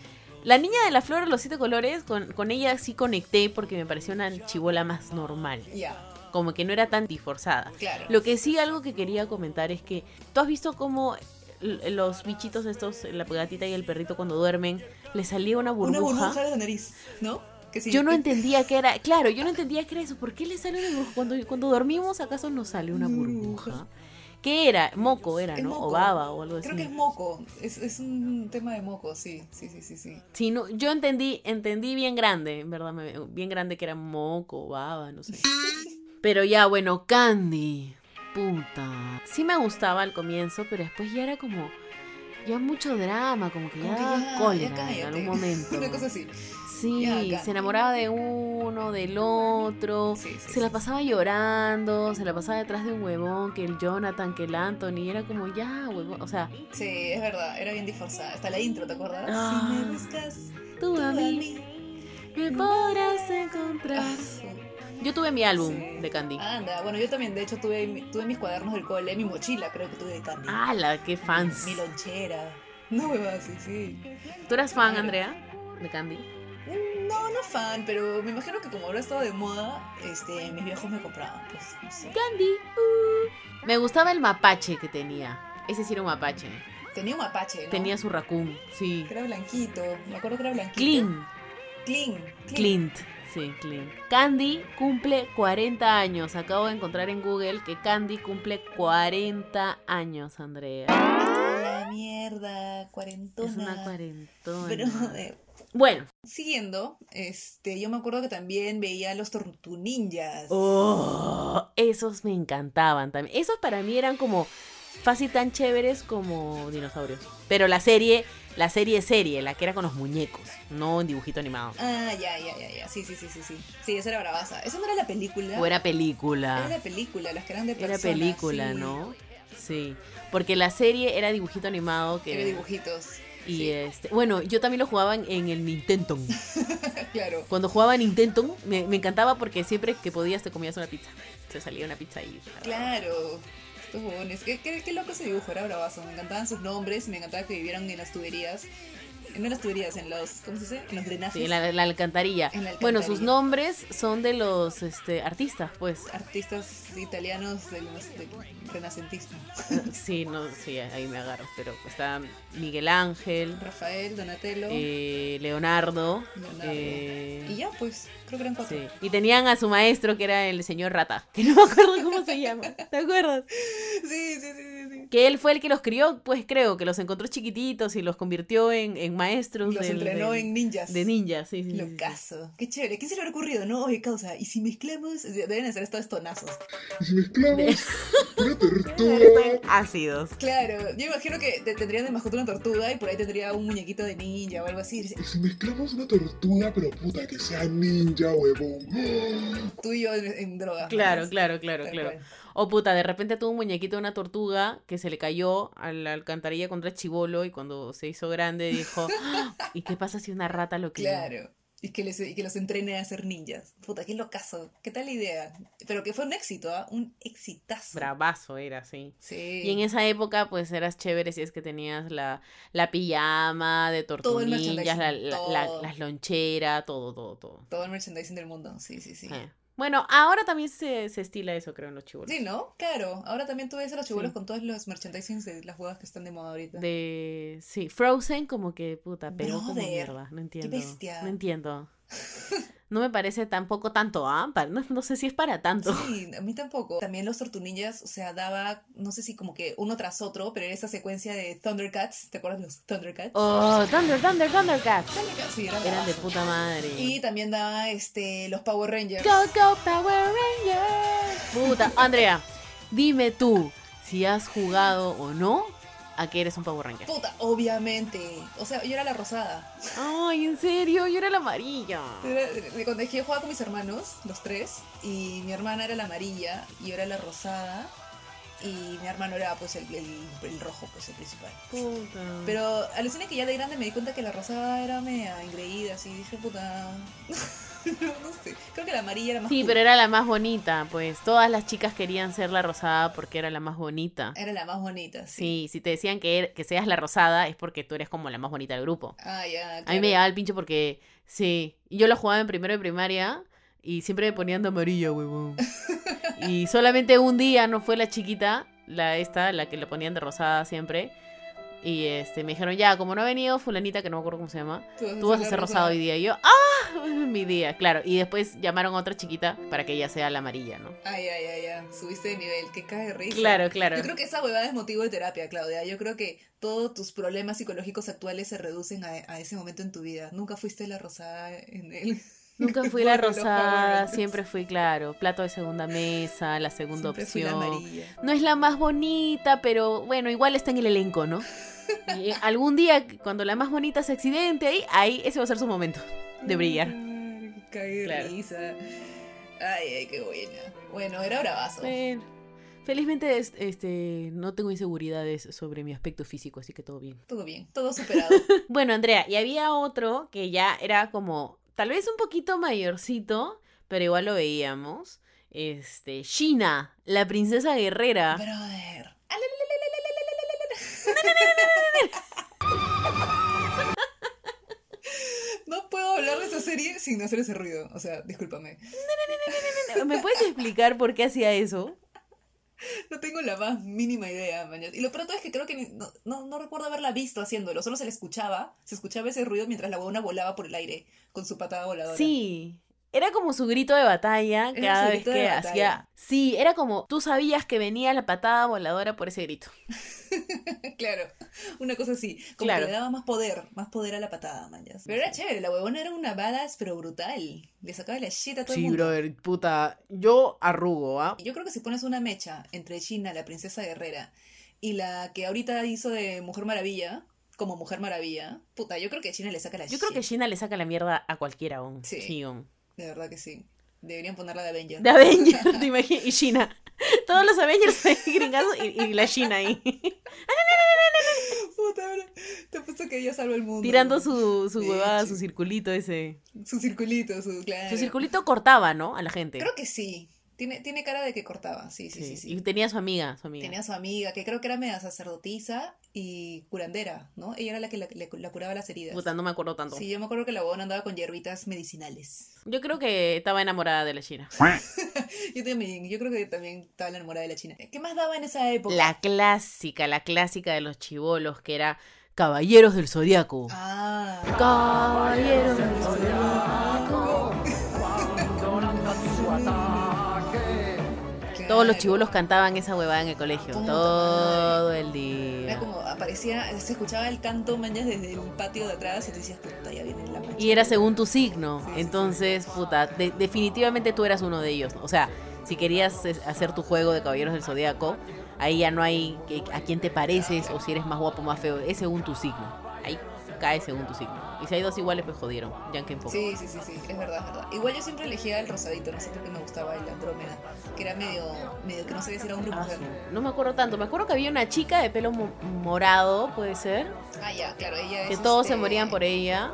Speaker 3: La niña de la flor de los siete colores, con, con ella sí conecté porque me pareció una chivola más normal.
Speaker 4: Ya,
Speaker 3: Como que no era tan disforzada.
Speaker 4: claro.
Speaker 3: Lo que sí, algo que quería comentar es que tú has visto cómo l- los bichitos estos, la gatita y el perrito cuando duermen, les salía una
Speaker 4: Una
Speaker 3: burbuja.
Speaker 4: burbuja de la nariz, ¿no? Que sí,
Speaker 3: Yo no
Speaker 4: que-
Speaker 3: entendía qué era, claro, yo no entendía qué era eso. ¿Por qué le sale una burbuja? Cuando, cuando dormimos, ¿acaso nos sale una burbuja? ¿Qué era? Moco era,
Speaker 4: Es
Speaker 3: ¿no?
Speaker 4: moco.
Speaker 3: O baba o algo así.
Speaker 4: Creo que es moco, es, es un tema de moco, sí, sí, sí, sí,
Speaker 3: [LAUGHS]
Speaker 4: sí.
Speaker 3: Sí, no, yo entendí, entendí bien grande, en verdad, me- bien grande que era moco, baba, no sé. Pero ya, bueno, Candy, puta. Sí me gustaba al comienzo, pero después ya era como, ya mucho drama, como que ya,
Speaker 4: Como que
Speaker 3: daba
Speaker 4: ya,
Speaker 3: cólera
Speaker 4: ya
Speaker 3: en
Speaker 4: cállate.
Speaker 3: algún
Speaker 4: [LAUGHS]
Speaker 3: momento.
Speaker 4: Una cosa así.
Speaker 3: Sí,
Speaker 4: Ya, Candy.
Speaker 3: se enamoraba de uno, del otro.
Speaker 4: Sí, sí,
Speaker 3: Se la
Speaker 4: sí.
Speaker 3: pasaba llorando, se la pasaba detrás de un huevón, que el Jonathan, que el Anthony, era como ya, huevón, o sea,
Speaker 4: Sí, es verdad, era bien disforzada. Hasta la intro, ¿te acuerdas? Si
Speaker 3: Ah.
Speaker 4: me buscas,
Speaker 3: tú
Speaker 4: tú
Speaker 3: a
Speaker 4: a
Speaker 3: mí
Speaker 4: mí.
Speaker 3: me podrás encontrar.
Speaker 4: Ah, su-
Speaker 3: Yo tuve mi álbum
Speaker 4: Sí.
Speaker 3: de Candy.
Speaker 4: Anda, bueno, yo también, de hecho, tuve, mi- tuve mis cuadernos del cole, mi mochila, creo que tuve de Candy.
Speaker 3: ¡Hala, qué Ah, fans!
Speaker 4: Mi lonchera. No me vas, sí, sí.
Speaker 3: ¿Tú eras fan, Andrea, de Candy?
Speaker 4: No, no fan, pero me imagino que como ahora estaba de moda, este, mis viejos me compraban, pues, no sé.
Speaker 3: Candy, uh. Me gustaba el mapache que tenía. Ese sí era un mapache.
Speaker 4: Tenía un mapache, ¿no?
Speaker 3: Tenía su raccoon, sí.
Speaker 4: Que era blanquito, me acuerdo que era blanquito.
Speaker 3: Clint.
Speaker 4: Clean. Clean.
Speaker 3: Clint. Sí, Clint. Candy cumple 40 años. Acabo de encontrar en Google que Candy cumple 40 años, Andrea.
Speaker 4: La mierda, cuarentona.
Speaker 3: Ah. Es una cuarentona.
Speaker 4: Brother.
Speaker 3: Bueno.
Speaker 4: Siguiendo, este, yo me acuerdo que también veía los Tortuninjas.
Speaker 3: Oh, esos me encantaban también. Esos para mí eran como fácil tan chéveres como dinosaurios. Pero la serie, la serie serie, la que era con los muñecos, no en dibujito animado.
Speaker 4: Ah, ya, ya, ya, ya. Sí, sí, sí, sí, sí. Sí, esa era bravaza. Esa no era la película.
Speaker 3: O era
Speaker 4: Ah. Era
Speaker 3: película.
Speaker 4: la película, las que eran de
Speaker 3: Era
Speaker 4: personas.
Speaker 3: película,
Speaker 4: sí.
Speaker 3: ¿no? Sí. Porque la serie era dibujito animado
Speaker 4: Era
Speaker 3: que
Speaker 4: dibujitos.
Speaker 3: y
Speaker 4: sí.
Speaker 3: este, bueno, yo también lo jugaba en, en el Nintendo.
Speaker 4: Ah, Claro.
Speaker 3: Cuando jugaba en Nintendo me, me encantaba porque siempre que podías te comías una pizza. Te salía una pizza y
Speaker 4: Claro. Estos huevones. Qué, qué, qué loco ese dibujo, era bravazo. Me encantaban sus nombres y me encantaba que vivieran en las tuberías. No en las tuberías, en los. ¿Cómo se dice? En los drenajes.
Speaker 3: Sí, en la, la alcantarilla.
Speaker 4: En la alcantarilla.
Speaker 3: Bueno, sus nombres son de los este, artistas, pues.
Speaker 4: Artistas italianos del, del renacentismo.
Speaker 3: Sí, no, sí, ahí me agarro, pero está Miguel Ángel,
Speaker 4: Rafael, Donatello.
Speaker 3: eh, Leonardo.
Speaker 4: Leonardo.
Speaker 3: eh,
Speaker 4: Y ya, pues, creo que eran cuatro.
Speaker 3: sí. Y tenían a su maestro que era el señor Rata, que no me acuerdo cómo se llama, ¿te acuerdas?
Speaker 4: [LAUGHS] Sí, sí, sí, sí. sí.
Speaker 3: Que él fue el que los crió, pues creo, que los encontró chiquititos y los convirtió en, en maestros
Speaker 4: Los
Speaker 3: del-
Speaker 4: entrenó
Speaker 3: del-
Speaker 4: en ninjas.
Speaker 3: de ninjas, sí, sí, sí, sí.
Speaker 4: Locazo. Qué chévere. ¿Quién se le habrá ocurrido? No, oye, causa. Y si mezclamos. Deben hacer estos tonazos.
Speaker 6: Y si mezclamos una
Speaker 3: [LAUGHS] Están ácidos.
Speaker 4: Claro. Yo imagino que te- tendrían de mascota una tortuga y por ahí tendría un muñequito de ninja o algo así. Y dice,
Speaker 6: Y si mezclamos una tortuga, pero puta, que sea ninja, huevón.
Speaker 4: Tú y yo en, en droga.
Speaker 3: Claro,
Speaker 4: ¿no?
Speaker 3: claro, claro,
Speaker 4: Tal
Speaker 3: claro.
Speaker 4: cual.
Speaker 3: O puta, de repente tuvo un muñequito de una tortuga que se le cayó a la alcantarilla contra chivolo y cuando se hizo grande dijo, "Ah, ¿y qué pasa si una rata lo crió?
Speaker 4: Claro. Y que, les, y que los entrene a ser ninjas. Puta, qué locazo. ¿Qué tal idea? Pero que fue un éxito, ¿ah? Un exitazo.
Speaker 3: Bravazo era, sí.
Speaker 4: Sí.
Speaker 3: Y en esa época, pues eras chévere si es que tenías la, la pijama de
Speaker 4: Todo el
Speaker 3: tortuguillas, la,
Speaker 4: merchandising,
Speaker 3: la- la-
Speaker 4: todo.
Speaker 3: las loncheras, todo, todo, todo.
Speaker 4: Todo el merchandising del mundo. Sí, sí, sí.
Speaker 3: Eh. Bueno, ahora también se, se estila eso, creo, en los chivolos.
Speaker 4: Sí, ¿no? Claro. Ahora también tú ves a los chibolos con todos los merchandising de las jugadas que están de moda ahorita.
Speaker 3: De... Sí, Frozen como que, puta, pegó como
Speaker 4: Brother,
Speaker 3: mierda. No entiendo.
Speaker 4: bestia. [LAUGHS]
Speaker 3: No entiendo. No me parece tampoco tanto, ¿ah? Pa- No, no sé si es para tanto.
Speaker 4: Sí, a mí tampoco. También los tortunillas, o sea, daba, no sé si como que uno tras otro, pero era esa secuencia de Thundercats. ¿Te acuerdas de los Thundercats?
Speaker 3: Oh, Thunder, Thunder, Thundercat.
Speaker 4: Thundercats, sí, eran
Speaker 3: Eran de
Speaker 4: bravazo.
Speaker 3: puta madre.
Speaker 4: Y también daba este, los Power Rangers.
Speaker 3: Go, go, Power Rangers. Puta, Andrea, dime tú si has jugado o no a que eres un Power Ranger.
Speaker 4: Puta, obviamente. O sea, yo era la rosada.
Speaker 3: Ay, en serio, yo era la amarilla.
Speaker 4: Era- Cuando dejé jugaba con mis hermanos, los tres, y mi hermana era la amarilla y yo era la rosada. y mi hermano era pues el, el- el rojo, pues el principal.
Speaker 3: Puta.
Speaker 4: Pero alucina que ya de grande me di cuenta que la rosada era media engreída, así dije, puta. [LAUGHS] no sé. Creo que la amarilla era más.
Speaker 3: Sí,
Speaker 4: cool.
Speaker 3: pero era la más bonita, pues. Todas las chicas querían ser la rosada porque era la más bonita.
Speaker 4: Era la más bonita, sí.
Speaker 3: Sí, si te decían que, er- que seas la rosada es porque tú eres como la más bonita del grupo.
Speaker 4: Ah, ya.
Speaker 3: A mí
Speaker 4: claro.
Speaker 3: me llegaba el pinche porque, sí, yo lo jugaba en primero de primaria y siempre me ponían de amarilla, huevón. Y solamente un día no fue la chiquita, la esta, la que le ponían de rosada siempre. Y este, me dijeron, ya, como no ha venido fulanita, que no me acuerdo cómo se llama, tú vas a
Speaker 4: la
Speaker 3: ser
Speaker 4: rosada.
Speaker 3: rosado hoy día. Y yo, ¡ah! [LAUGHS] Mi día, claro. Y después llamaron a otra chiquita para que ella sea la amarilla, ¿no?
Speaker 4: Ay, ay, ay, ya. Subiste de nivel, que cae de risa.
Speaker 3: Claro, claro.
Speaker 4: Yo creo que esa huevada es motivo de terapia, Claudia. Yo creo que todos tus problemas psicológicos actuales se reducen a, a ese momento en tu vida. Nunca fuiste la rosada en él. [LAUGHS]
Speaker 3: Nunca fui la
Speaker 4: Bueno, los
Speaker 3: rosada,
Speaker 4: favoritos.
Speaker 3: siempre fui, claro, plato de segunda mesa, la segunda
Speaker 4: [LAUGHS] Siempre fui la
Speaker 3: opción.
Speaker 4: amarilla.
Speaker 3: no es la más bonita, pero bueno, igual está en el
Speaker 4: [LAUGHS]
Speaker 3: elenco, ¿no? Y algún día, cuando la más bonita se accidente, ahí, ahí ese va a ser su momento de brillar.
Speaker 4: Ay, que cae de
Speaker 3: Claro.
Speaker 4: risa. Ay, ay, qué buena. Bueno, era bravazo.
Speaker 3: Bueno, felizmente es- este, no tengo inseguridades sobre mi aspecto físico, así que todo bien.
Speaker 4: Todo bien, todo
Speaker 3: [LAUGHS]
Speaker 4: superado.
Speaker 3: Bueno, Andrea, y había otro que ya era como, tal vez un poquito mayorcito, pero igual lo veíamos. Este, Gina, la princesa guerrera.
Speaker 4: [LAUGHS]
Speaker 3: [LAUGHS]
Speaker 4: Brother. No puedo hablar de esa serie sin hacer ese ruido. O sea, discúlpame.
Speaker 3: ¿Me puedes explicar por qué hacía eso?
Speaker 4: No tengo la más mínima idea, mañana. Y lo pronto es que creo que ni- no, no, no recuerdo haberla visto haciéndolo. Solo se le escuchaba. Se escuchaba ese ruido mientras la huevona volaba por el aire con su patada voladora.
Speaker 3: Sí. Era como su grito de batalla
Speaker 4: Era
Speaker 3: cada
Speaker 4: su
Speaker 3: vez
Speaker 4: grito de
Speaker 3: que
Speaker 4: batalla.
Speaker 3: hacía. Sí, era como tú sabías que venía la patada voladora por ese grito.
Speaker 4: [LAUGHS] claro. Una cosa así. Como
Speaker 3: Claro.
Speaker 4: que le daba más poder. Más poder a la patada, mañas. Pero era chévere. La huevona era una badass, pero brutal. Le sacaba la shit a todo el mundo.
Speaker 3: puta. Yo arrugo, ¿ah?
Speaker 4: Yo creo que si pones una mecha entre Gina, la princesa guerrera, y la que ahorita hizo de Mujer Maravilla, como Mujer Maravilla, puta, yo creo que Gina le saca la
Speaker 3: Yo creo que
Speaker 4: shit.
Speaker 3: Gina le saca la mierda a cualquiera, aún. Sí.
Speaker 4: Sí.
Speaker 3: aún.
Speaker 4: De verdad que sí. Deberían ponerla de Avenger.
Speaker 3: De Avengers,
Speaker 4: [LAUGHS]
Speaker 3: [LAUGHS] te imaginas. Y Gina. Todos los Avengers ahí gringazos y, y la Gina ahí.
Speaker 4: Puta, bro. Te apuesto que ella salva el mundo.
Speaker 3: Tirando
Speaker 4: bro.
Speaker 3: su, su
Speaker 4: Sí,
Speaker 3: huevada,
Speaker 4: sí.
Speaker 3: su circulito ese.
Speaker 4: Su circulito, su, claro.
Speaker 3: Su circulito cortaba, ¿no? A la gente.
Speaker 4: Creo que sí. Tiene, tiene cara de que cortaba, sí, sí, sí.
Speaker 3: Sí,
Speaker 4: sí.
Speaker 3: Y tenía su amiga, su amiga.
Speaker 4: Tenía a su amiga, que creo que era media sacerdotisa y curandera, ¿no? Ella era la que la, le- la curaba las heridas.
Speaker 3: Puta, no me acuerdo tanto.
Speaker 4: Sí, yo me acuerdo que la huevona andaba con hierbitas medicinales.
Speaker 3: Yo creo que estaba enamorada de la Gina.
Speaker 4: Yo también, yo creo que también estaba la enamorada de la China. ¿Qué más daba en esa época?
Speaker 3: La clásica, la clásica de los chivolos, que era Caballeros del Zodiaco.
Speaker 4: Ah,
Speaker 3: Caballeros del Zodiaco.
Speaker 4: claro.
Speaker 3: Todos los chivolos cantaban esa huevada en el colegio.
Speaker 4: Puta
Speaker 3: Todo el
Speaker 4: Era
Speaker 3: día.
Speaker 4: como aparecía, se escuchaba el canto mañas desde el patio de atrás y tú decías, puta, ya viene la mancha.
Speaker 3: Y era según tu signo.
Speaker 4: Sí, sí,
Speaker 3: Entonces, puta, de- definitivamente tú eras uno de ellos. O sea, si querías es- hacer tu juego de Caballeros del Zodiaco, ahí ya no hay que- a quién te pareces o si eres más guapo o más feo. Es según tu signo. Ahí cae según tu signo. Y si hay dos iguales, pues jodieron. Yanken poco.
Speaker 4: Sí, sí, sí, sí, es verdad, es verdad. Igual yo siempre elegía el rosadito, no sé por qué me gustaba el Andrómeda, que era medio, medio que no sabía si era hombre o
Speaker 3: Ah,
Speaker 4: mujer.
Speaker 3: su- No me acuerdo tanto, me acuerdo que había una chica de pelo mo- morado, puede ser,
Speaker 4: Ah, ya, claro, ella es.
Speaker 3: que todos se
Speaker 4: este, [LAUGHS]
Speaker 3: morían por ella.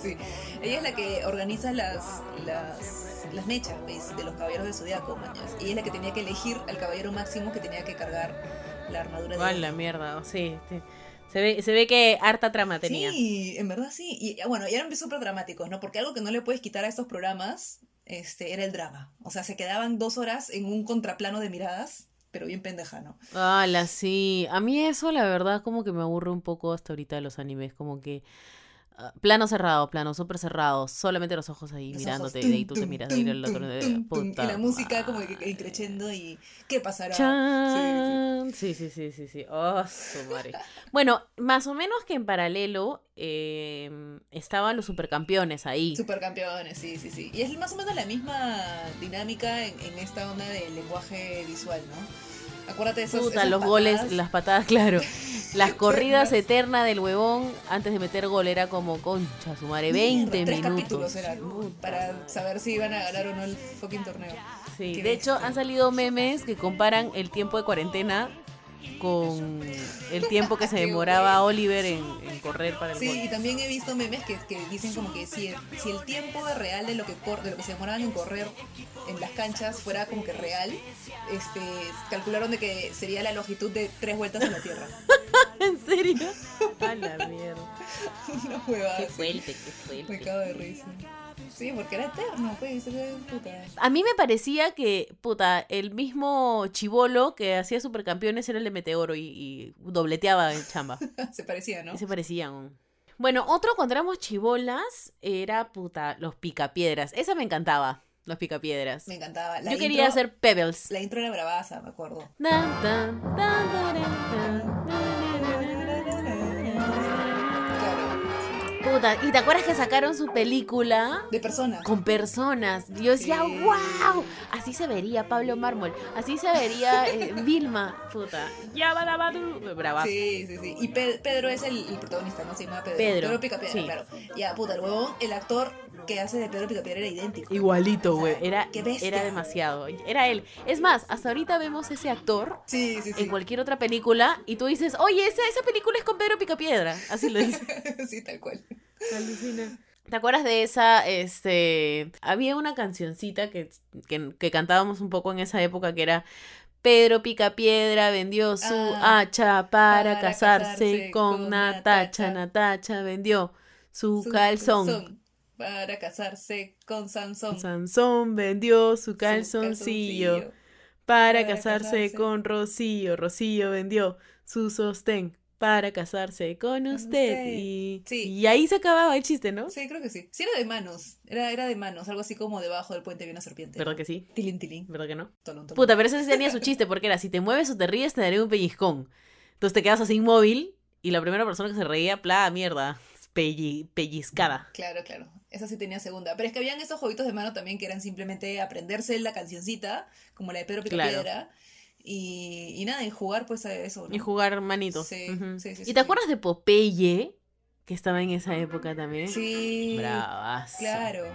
Speaker 4: Sí. Ella es la que organiza las, las, las mechas ¿ves? de los caballeros del zodiaco, mañas. Y es la que tenía que elegir al caballero máximo que tenía que cargar la armadura de
Speaker 3: Ay, la mierda, sí. este, Se ve, se ve que harta trama tenía.
Speaker 4: Sí, en verdad sí. Y ah, bueno, y eran súper dramáticos, ¿no? Porque algo que no le puedes quitar a estos programas este, era el drama. O sea, se quedaban dos horas en un contraplano de miradas, pero bien pendeja, ¿no?
Speaker 3: Ala, sí. A mí eso, la verdad, como que me aburre un poco hasta ahorita de los animes, como que ah, plano cerrado, plano súper cerrado, solamente los ojos ahí
Speaker 4: Los
Speaker 3: mirándote
Speaker 4: ojos,
Speaker 3: y de ahí tú te
Speaker 4: tum,
Speaker 3: miras
Speaker 4: tum,
Speaker 3: y el
Speaker 4: tum,
Speaker 3: otro. eh,
Speaker 4: tum, tum,
Speaker 3: puta
Speaker 4: Y la música como
Speaker 3: madre.
Speaker 4: que que creciendo y ¿qué pasará? Sí,
Speaker 3: Chan. Sí, sí, sí, sí, sí. Oh, su madre. Bueno, más o menos que en paralelo eh, estaban los supercampeones
Speaker 4: sí.
Speaker 3: ahí.
Speaker 4: Supercampeones, sí, sí, sí. Y es más o menos la misma dinámica en, en esta onda del lenguaje visual, ¿no? Acuérdate de esos,
Speaker 3: Puta,
Speaker 4: esas
Speaker 3: los goles,
Speaker 4: patadas.
Speaker 3: las patadas, [LAUGHS] claro. Las corridas eternas del huevón antes de meter gol era como concha, su madre, 20
Speaker 4: Mierda, Tres
Speaker 3: minutos.
Speaker 4: capítulos eran ¿no? para saber si iban a ganar o no el fucking torneo.
Speaker 3: Sí,
Speaker 4: Qué
Speaker 3: de hecho
Speaker 4: bestia.
Speaker 3: han salido memes que comparan el tiempo de cuarentena con el tiempo que
Speaker 4: [LAUGHS]
Speaker 3: se
Speaker 4: Qué
Speaker 3: demoraba Oliver en, en correr para el
Speaker 4: Sí, y
Speaker 3: gol. [LAUGHS]
Speaker 4: también he visto memes que, que dicen como que si, el- si el tiempo de real de lo que cor- de lo que se demoraban en correr en las canchas fuera como que real, este calcularon de que sería la longitud de tres vueltas a la Tierra.
Speaker 3: ¿En serio? A la mierda.
Speaker 4: Una huevada.
Speaker 2: Qué
Speaker 4: así.
Speaker 2: fuerte, qué
Speaker 4: Me
Speaker 2: fuerte.
Speaker 4: cago de risa. Sí, porque era eterno, pues, era puta. [LAUGHS]
Speaker 3: A mí me parecía que, puta, el mismo chivolo que hacía supercampeones era el de Meteoro y, y dobleteaba en chamba.
Speaker 4: Se parecía, ¿no?
Speaker 3: Se parecían. Bueno, otro cuando éramos chivolas era, puta, los picapiedras. Esa me encantaba, los picapiedras.
Speaker 4: Me encantaba. La
Speaker 3: Yo quería
Speaker 4: intro-
Speaker 3: hacer pebbles.
Speaker 4: La intro era bravaza, me acuerdo.
Speaker 3: Tan, tan, tan, tan, tan, tan.
Speaker 4: Claro.
Speaker 3: Puta, ¿y te acuerdas que sacaron su película
Speaker 4: De persona.
Speaker 3: con personas? Yo decía,
Speaker 4: Sí.
Speaker 3: wow, así se vería Pablo Mármol, así se vería eh, Vilma, puta. Yabadabadu. Brava.
Speaker 4: Sí, sí, sí. Y Pe- Pedro es el, el protagonista, ¿no? Se llama Pedro.
Speaker 3: Pedro,
Speaker 4: Picapiedra,
Speaker 3: sí.
Speaker 4: claro. Ya, puta, el huevón, el actor que hace de Pedro Picapiedra era idéntico.
Speaker 3: Igualito, güey.
Speaker 4: O sea,
Speaker 3: Era,
Speaker 4: qué bestia.
Speaker 3: era demasiado. Era él. Es más, hasta ahorita vemos ese actor
Speaker 4: Sí, sí, sí.
Speaker 3: en cualquier otra película y tú dices, oye, esa, esa película es con Pedro Picapiedra. Así lo dices.
Speaker 4: [LAUGHS] sí, tal cual.
Speaker 3: [LAUGHS] ¿Te acuerdas de esa? Este. Había una cancioncita que, que, que cantábamos un poco en esa época que era. Pedro Picapiedra vendió su
Speaker 4: Ah,
Speaker 3: hacha para,
Speaker 4: para
Speaker 3: casarse,
Speaker 4: casarse
Speaker 3: con,
Speaker 4: con Natacha.
Speaker 3: Natacha. Natacha vendió su,
Speaker 4: Su
Speaker 3: calzón.
Speaker 4: Para casarse con Sansón.
Speaker 3: Sansón vendió su
Speaker 4: Su
Speaker 3: calzoncillo
Speaker 4: calzoncillo.
Speaker 3: para,
Speaker 4: para
Speaker 3: casarse,
Speaker 4: casarse.
Speaker 3: con Rocío. Rocío vendió su sostén para casarse con usted.
Speaker 4: usted.
Speaker 3: Y,
Speaker 4: Sí.
Speaker 3: y ahí se acababa el chiste, ¿no?
Speaker 4: Sí, creo que sí. Sí, era de manos. Era, era de manos. Algo así como debajo del puente había una serpiente.
Speaker 3: ¿Verdad que sí?
Speaker 4: Tilín, tilín.
Speaker 3: ¿Verdad que no?
Speaker 4: Tolón, tolón.
Speaker 3: Puta, pero eso sí tenía su chiste, porque era, si te mueves o te ríes, te daré un pellizcón. Entonces te quedas así inmóvil y la primera persona que se reía, pla, mierda, pelli- pellizcada.
Speaker 4: Claro, claro. Esa sí tenía segunda. Pero es que habían esos jueguitos de mano también que eran simplemente aprenderse la cancioncita, como la de Pedro
Speaker 3: Claro.
Speaker 4: Picapiedra. Y, y nada, y jugar pues a eso, ¿no?
Speaker 3: Y jugar manito.
Speaker 4: Sí,
Speaker 3: Ujú.
Speaker 4: sí, sí, sí,
Speaker 3: ¿Y te
Speaker 4: sí. Ah,
Speaker 3: acuerdas de Popeye? Que estaba en esa época también.
Speaker 4: Sí.
Speaker 3: Bravas.
Speaker 4: Claro.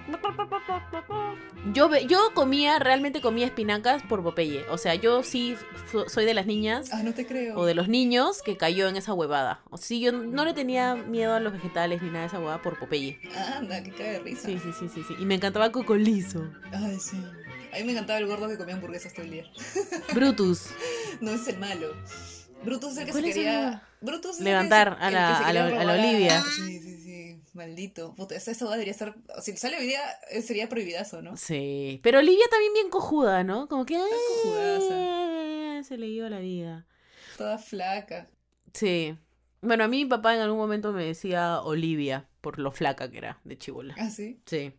Speaker 3: Yo, ve- yo comía, realmente comía espinacas por Popeye. O sea, yo sí fu- soy de las niñas
Speaker 4: Ah, no te creo.
Speaker 3: o de los niños que cayó en esa huevada. O sí, yo no le tenía miedo a los vegetales ni nada de esa huevada por Popeye.
Speaker 4: Anda, que cae de risa.
Speaker 3: Sí, sí, sí, sí, sí. Y me encantaba Cocolizo.
Speaker 4: Ay, sí. A mí me encantaba el gordo que comía hamburguesas todo el día.
Speaker 3: Brutus.
Speaker 4: No es el malo. Brutus es el que se
Speaker 3: ¿Cuál es el malo?
Speaker 4: quería. Brutus es el que
Speaker 3: Levantar
Speaker 4: se-
Speaker 3: a
Speaker 4: el
Speaker 3: la-
Speaker 4: que se
Speaker 3: a la-
Speaker 4: quería
Speaker 3: a la
Speaker 4: robar
Speaker 3: Olivia.
Speaker 4: Sí, sí, sí. Maldito. Puta, esa esa debería ser. Si sale hoy día, eh, sería prohibidazo, ¿no?
Speaker 3: Sí. Pero Olivia también bien cojuda, ¿no? Como que.
Speaker 4: cojudaza.
Speaker 3: "Ay, Se le iba la vida.
Speaker 4: Toda flaca.
Speaker 3: Sí. Bueno, a mí mi papá en algún momento me decía Olivia por lo flaca que era de chibola.
Speaker 4: Así.
Speaker 3: Sí.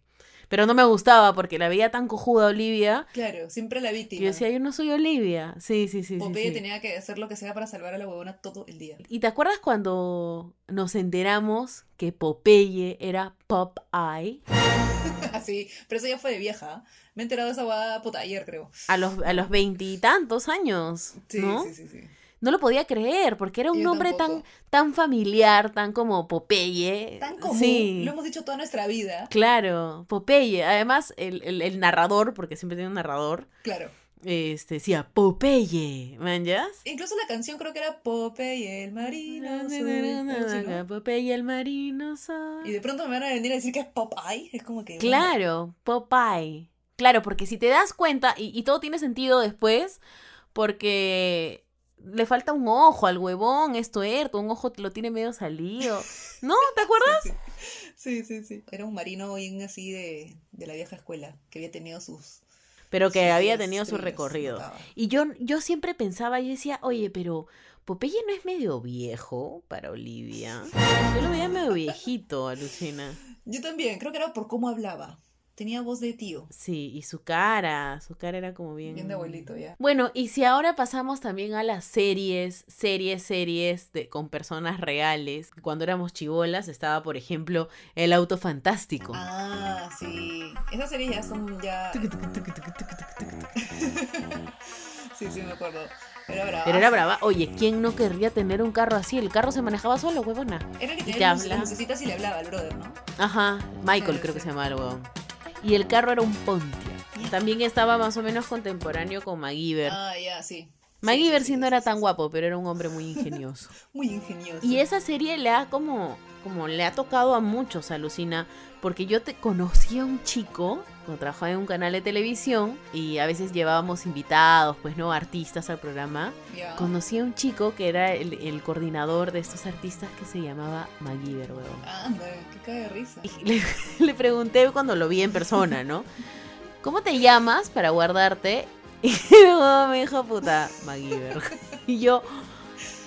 Speaker 3: Pero no me gustaba porque la veía tan cojuda Olivia.
Speaker 4: Claro, siempre la
Speaker 3: que
Speaker 4: víctima.
Speaker 3: yo decía, yo no soy Olivia. Sí, sí, sí. sí,
Speaker 4: Popeye
Speaker 3: sí.
Speaker 4: tenía que hacer lo que sea para salvar a la huevona todo el día.
Speaker 3: ¿Y te acuerdas cuando nos enteramos que Popeye era Popeye?
Speaker 4: [LAUGHS] Así. Pero eso ya fue de vieja. ¿ah? Me he enterado de esa guada puta ayer, creo.
Speaker 3: A los a los veintitantos años,
Speaker 4: Sí,
Speaker 3: ¿no?
Speaker 4: sí, sí, sí.
Speaker 3: No lo podía creer porque era un
Speaker 4: Yo
Speaker 3: nombre tan,
Speaker 4: tampoco.
Speaker 3: tan familiar, tan como Popeye.
Speaker 4: Tan común.
Speaker 3: Sí.
Speaker 4: Lo hemos dicho toda nuestra vida.
Speaker 3: Claro, Popeye. Además, el, el- el narrador, porque siempre tiene un narrador,
Speaker 4: Claro.
Speaker 3: este, decía Popeye, ¿manjas?
Speaker 4: Incluso la canción creo que era Popeye el marino. azul. Algo así, ¿no?
Speaker 3: Popeye el marino soy.
Speaker 4: Y de pronto me van a venir a decir que es Popeye. Es como que. bueno,
Speaker 3: Claro, Popeye. Claro, porque si te das cuenta, y, y todo tiene sentido después, porque le falta un ojo al huevón, es tuerto, un ojo lo tiene medio
Speaker 4: [LAUGHS]
Speaker 3: salido. ¿No? ¿Te acuerdas?
Speaker 4: Sí, sí, sí. Era un marino bien así de, de la vieja escuela, que había tenido sus.
Speaker 3: Pero que
Speaker 4: sus
Speaker 3: había
Speaker 4: días
Speaker 3: tenido su
Speaker 4: fríos,
Speaker 3: recorrido.
Speaker 4: notaba.
Speaker 3: Y yo, yo siempre pensaba, yo decía, oye, pero Popeye no es medio viejo para Olivia. Yo lo veía medio viejito, alucina.
Speaker 4: Yo también, creo que era por cómo hablaba. Tenía voz de tío.
Speaker 3: Sí, y su cara, su cara era como bien...
Speaker 4: Bien de abuelito ya.
Speaker 3: Bueno, y si ahora pasamos también a las series, series, series de, con personas reales. Cuando éramos chivolas estaba, por ejemplo, El Auto Fantástico.
Speaker 4: Ah, sí. Esas series ya son ya. [LAUGHS] Sí, sí, me acuerdo. Era brava.
Speaker 3: Pero era brava. Oye, ¿quién no querría tener un carro así? El carro se manejaba solo, huevona.
Speaker 4: Era el
Speaker 3: Y
Speaker 4: que
Speaker 3: te
Speaker 4: tenía las
Speaker 3: habla.
Speaker 4: lucecitas y le hablaba al brother, ¿no?
Speaker 3: Ajá, Michael creo que se llamaba el huevón. Y el carro era un Pontiac. También estaba más o menos contemporáneo con MacGyver.
Speaker 4: Ah, ya, sí.
Speaker 3: MacGyver sí
Speaker 4: sí
Speaker 3: no era tan
Speaker 4: sí.
Speaker 3: guapo, pero era un hombre muy ingenioso.
Speaker 4: Muy ingenioso.
Speaker 3: Y esa serie le ha como, como le ha tocado a muchos, alucina, porque yo te conocí a un chico cuando trabajaba en un canal de televisión y a veces llevábamos invitados, pues no, artistas al programa.
Speaker 4: Ya.
Speaker 3: Conocí a un chico que era el, el coordinador de estos artistas que se llamaba MacGyver, huevón.
Speaker 4: Anda, qué cae de risa.
Speaker 3: Y le, [LAUGHS] le pregunté cuando lo vi en persona, ¿no? ¿Cómo te llamas para guardarte? [LAUGHS] Y luego me dijo, puta, MacGyver. [LAUGHS] Y yo,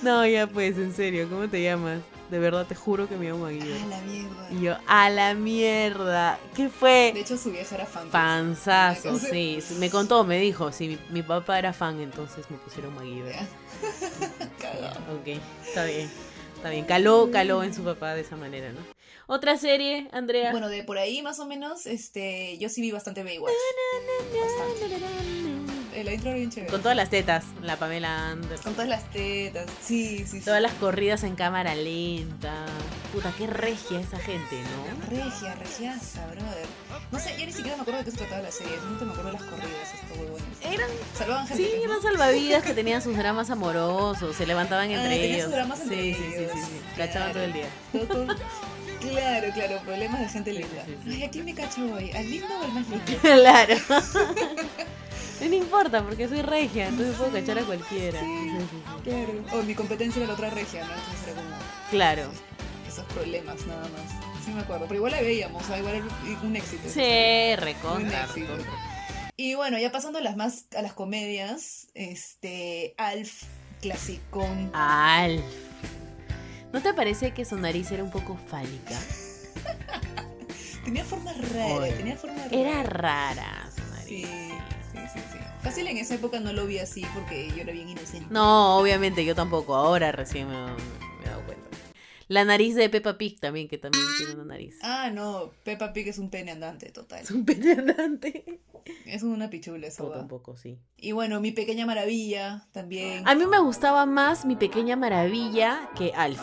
Speaker 3: no, ya pues, en serio, ¿cómo te llamas? De verdad, te juro que me llamo
Speaker 4: Ah,
Speaker 3: MacGyver.
Speaker 4: la mierda.
Speaker 3: Y yo, a la mierda, ¿qué fue?
Speaker 4: De hecho, su vieja era fan.
Speaker 3: Panzazo,
Speaker 4: Entonces-
Speaker 3: sí. sí, Me contó, me dijo, sí, mi, mi papá era fan, entonces me pusieron MacGyver.
Speaker 4: Ya. [LAUGHS] Cagado.
Speaker 3: Ok, está bien. Está bien, caló, caló en su papá de esa manera, ¿no? Otra serie, Andrea.
Speaker 4: Bueno, de por ahí más o menos, este, yo sí vi bastante Baywatch. Bastante. Eh, La intro era bien chévere.
Speaker 3: Con todas las tetas, la Pamela Anderson.
Speaker 4: Con todas las tetas. Sí, sí, sí.
Speaker 3: Todas las corridas en cámara lenta. Puta, qué regia esa gente, ¿no?
Speaker 4: Regia, regiaza, brother. No sé, yo ni siquiera me acuerdo de qué se trataba la serie. No me acuerdo de las corridas, estos huevones.
Speaker 3: Eran,
Speaker 4: Salvaban gente.
Speaker 3: sí,
Speaker 4: pues, ¿no?
Speaker 3: eran salvavidas que tenían sus dramas amorosos, se levantaban
Speaker 4: Ah,
Speaker 3: entre
Speaker 4: tenían
Speaker 3: ellos.
Speaker 4: sus dramas
Speaker 3: sí,
Speaker 4: entre
Speaker 3: sí, sí,
Speaker 4: ellos,
Speaker 3: sí, sí.
Speaker 4: claro.
Speaker 3: Cachaban todo el día.
Speaker 4: Todo- todo- Claro, claro, problemas de gente linda.
Speaker 3: sí, sí.
Speaker 4: Ay, ¿a quién me cacho hoy? ¿Al lindo o al más lindo?
Speaker 3: [LAUGHS] Claro. No me importa porque soy regia, entonces puedo cachar a cualquiera.
Speaker 4: Sí.
Speaker 3: Sí, sí, sí.
Speaker 4: Claro. O mi competencia era la otra regia, ¿no? Entonces era como
Speaker 3: Claro.
Speaker 4: esos problemas nada más. Sí me acuerdo. Pero igual la veíamos, o sea, igual era un éxito.
Speaker 3: Sí,
Speaker 4: Un
Speaker 3: recontra.
Speaker 4: éxito.
Speaker 3: recontra.
Speaker 4: Y bueno, ya pasando a las más, a las comedias, este, Alf, clasicón.
Speaker 3: Alf. ¿No te parece que su nariz era un poco fálica?
Speaker 4: Tenía forma rara,
Speaker 3: Oye.
Speaker 4: tenía forma rara.
Speaker 3: Era rara su nariz.
Speaker 4: Sí, sí, sí, sí. Fácil en esa época no lo vi así porque yo era bien inocente.
Speaker 3: No, obviamente yo tampoco. Ahora recién me, me he dado cuenta. La nariz de Peppa Pig también, que también tiene una nariz.
Speaker 4: Ah, no, Peppa Pig es un pene andante, total.
Speaker 3: Es un pene andante.
Speaker 4: Es una pichula esa
Speaker 3: Yo
Speaker 4: huevada.
Speaker 3: tampoco, sí.
Speaker 4: Y bueno, Mi Pequeña Maravilla también.
Speaker 3: A mí me gustaba más Mi Pequeña Maravilla que Alf.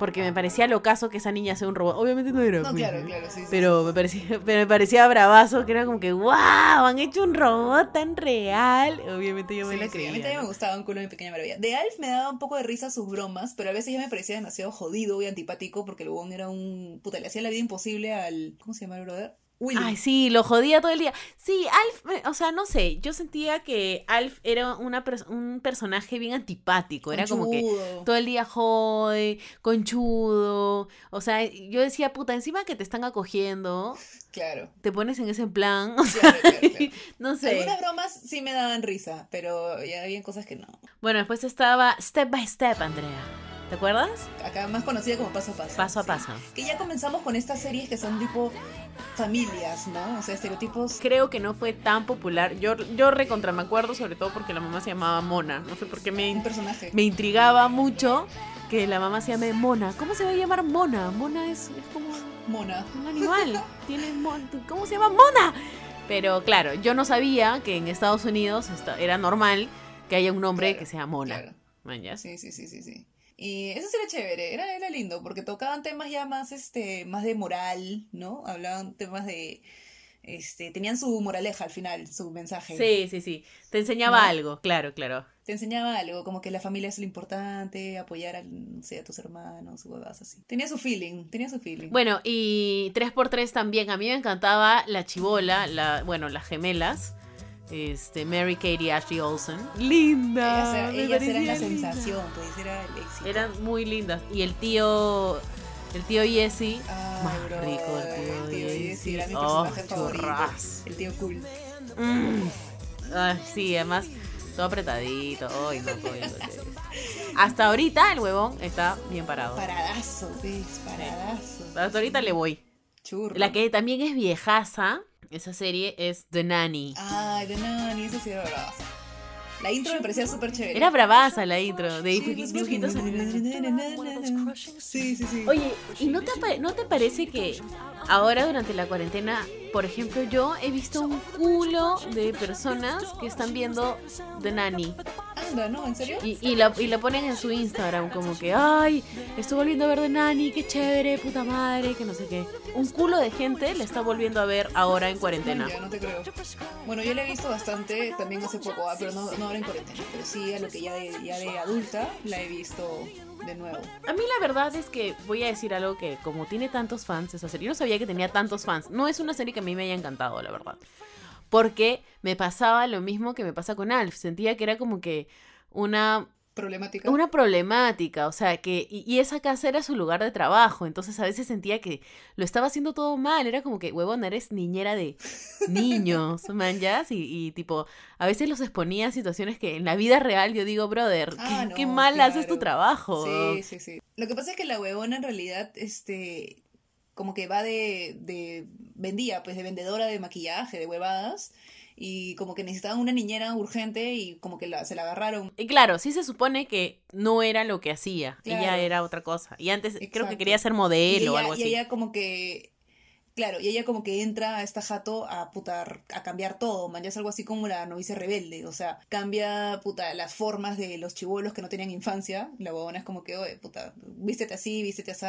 Speaker 3: Porque me parecía locazo que esa niña sea un robot. Obviamente no era.
Speaker 4: no,
Speaker 3: pues,
Speaker 4: claro,
Speaker 3: ¿no?
Speaker 4: claro, sí, sí.
Speaker 3: Pero me parecía, [LAUGHS] pero me parecía bravazo, que era como que, wow, han hecho un robot tan real. Obviamente yo me
Speaker 4: Sí,
Speaker 3: la
Speaker 4: sí,
Speaker 3: creía.
Speaker 4: a mí también
Speaker 3: ¿no?
Speaker 4: me gustaba un culo de mi pequeña maravilla. De Alf me daba un poco de risa sus bromas, pero a veces ya me parecía demasiado jodido y antipático porque el huevón era un. Puta, le hacía la vida imposible al. ¿Cómo se llama el brother? Willy.
Speaker 3: Ay, sí, lo jodía todo el día. Sí, Alf, me- o sea, no sé, yo sentía que Alf era una pers- un personaje bien antipático, era como que
Speaker 4: Conchudo.
Speaker 3: todo el día jode, conchudo, o sea, yo decía, puta, encima que te están acogiendo,
Speaker 4: Claro.
Speaker 3: te pones en ese plan, [LAUGHS] o sea,
Speaker 4: Claro, claro, claro.
Speaker 3: no sé.
Speaker 4: Algunas bromas sí me daban risa, pero ya había cosas que no.
Speaker 3: Bueno, después estaba Step by Step, Andrea, ¿te acuerdas?
Speaker 4: Acá más conocida como paso a paso.
Speaker 3: Paso a
Speaker 4: Sí.
Speaker 3: paso.
Speaker 4: Que ya comenzamos con estas series que son tipo familias, ¿no? O sea, estereotipos.
Speaker 3: Creo que no fue tan popular, yo, yo recontra me acuerdo, sobre todo porque la mamá se llamaba Mona, no sé por qué me
Speaker 4: Un personaje.
Speaker 3: me intrigaba mucho que la mamá se llame Mona. ¿Cómo se va a llamar Mona? Mona es, es como
Speaker 4: Mona. [LAUGHS]
Speaker 3: un animal. Tiene mon- ¿Cómo se llama Mona? Pero claro, yo no sabía que en Estados Unidos esta- era normal que haya un nombre
Speaker 4: Claro,
Speaker 3: que sea Mona.
Speaker 4: Claro.
Speaker 3: Mañas.
Speaker 4: Sí, sí, sí, sí, sí. Y eso sí era chévere, era, era lindo, porque tocaban temas ya más, este, más de moral, ¿no? Hablaban temas de, este, tenían su moraleja al final, su mensaje.
Speaker 3: Sí, sí, sí. Te enseñaba
Speaker 4: ¿No?
Speaker 3: algo, claro, claro.
Speaker 4: Te enseñaba algo, como que la familia es lo importante, apoyar al, no sé, a tus hermanos, huevadas así. Tenía su feeling, tenía su feeling.
Speaker 3: Bueno, y 3x3 también. A mí me encantaba la chibola, la, bueno, las gemelas. Este, Mary Katie y Ashley Olsen.
Speaker 4: ellas,
Speaker 3: Linda.
Speaker 4: era-
Speaker 3: me
Speaker 4: ellas eran la
Speaker 3: parecían lindas.
Speaker 4: sensación, pues era el éxito.
Speaker 3: Eran muy lindas. Y el tío, el tío Jesse,
Speaker 4: Ay,
Speaker 3: más
Speaker 4: brother,
Speaker 3: rico el tío
Speaker 4: Jesse era mi
Speaker 3: Jesse. Oh,
Speaker 4: personaje favorito,
Speaker 3: churras.
Speaker 4: el tío cool.
Speaker 3: Mm. Ay, sí, además, todo apretadito. Ay, no, coño,
Speaker 4: [LAUGHS]
Speaker 3: Hasta ahorita el huevón está bien parado.
Speaker 4: Paradazo, ¿ves? Paradazo.
Speaker 3: Hasta ahorita le voy.
Speaker 4: Churro.
Speaker 3: La que también es viejaza, esa serie es The Nanny.
Speaker 4: Ah, Ay, de nada, ni eso sí era bravazo. La intro me parecía súper chévere.
Speaker 3: Era bravaza la intro, de
Speaker 4: Sí,
Speaker 3: dibuj-
Speaker 4: los
Speaker 3: dibujitos animados.
Speaker 4: Sí, sí, sí.
Speaker 3: Oye, ¿y no te, apa- no te parece que ahora durante la cuarentena, por ejemplo, yo he visto un culo de personas que están viendo The Nanny
Speaker 4: Anda, ¿no? ¿En serio?
Speaker 3: y, y la, y la ponen en su Instagram como que, ay, estoy volviendo a ver The Nanny, qué chévere, puta madre, que no sé qué. Un culo de gente la está volviendo a ver ahora en cuarentena.
Speaker 4: Ya, no te creo. Bueno, yo la he visto bastante también hace poco, ah, pero no, no ahora en cuarentena. Pero sí, a lo que ya de, ya de adulta la he visto de nuevo.
Speaker 3: A mí la verdad es que voy a decir algo que como tiene tantos fans esa serie, yo no sabía que tenía tantos fans. No es una serie que a mí me haya encantado, la verdad. Porque me pasaba lo mismo que me pasa con Alf. Sentía que era como que una,
Speaker 4: Problemática.
Speaker 3: una problemática, o sea, que... Y, y esa casa era su lugar de trabajo, entonces a veces sentía que lo estaba haciendo todo mal. Era como que, huevón, eres niñera de niños, manjas, y, y tipo, a veces los exponía a situaciones que en la vida real yo digo, brother, qué,
Speaker 4: Ah,
Speaker 3: qué
Speaker 4: no,
Speaker 3: mal haces tu
Speaker 4: claro.
Speaker 3: trabajo.
Speaker 4: Sí, sí, sí. Lo que pasa es que la huevona en realidad, este, como que va de, de, vendía, pues de vendedora de maquillaje, de huevadas, y como que necesitaban una niñera urgente y como que la, se la agarraron.
Speaker 3: Y claro, sí se supone que no era lo que hacía. Ella
Speaker 4: Claro.
Speaker 3: era otra cosa. Y antes creo que
Speaker 4: Exacto.
Speaker 3: quería ser
Speaker 4: Y
Speaker 3: modelo o
Speaker 4: ella,
Speaker 3: algo
Speaker 4: y
Speaker 3: así.
Speaker 4: ella como que, claro, y ella como que entra a esta jato a putar, a cambiar todo, man, ya es algo así como la novicia rebelde, o sea, cambia, puta, las formas de los chivolos que no tenían infancia, la huevona es como que, oye, puta, vístete así, vístete así,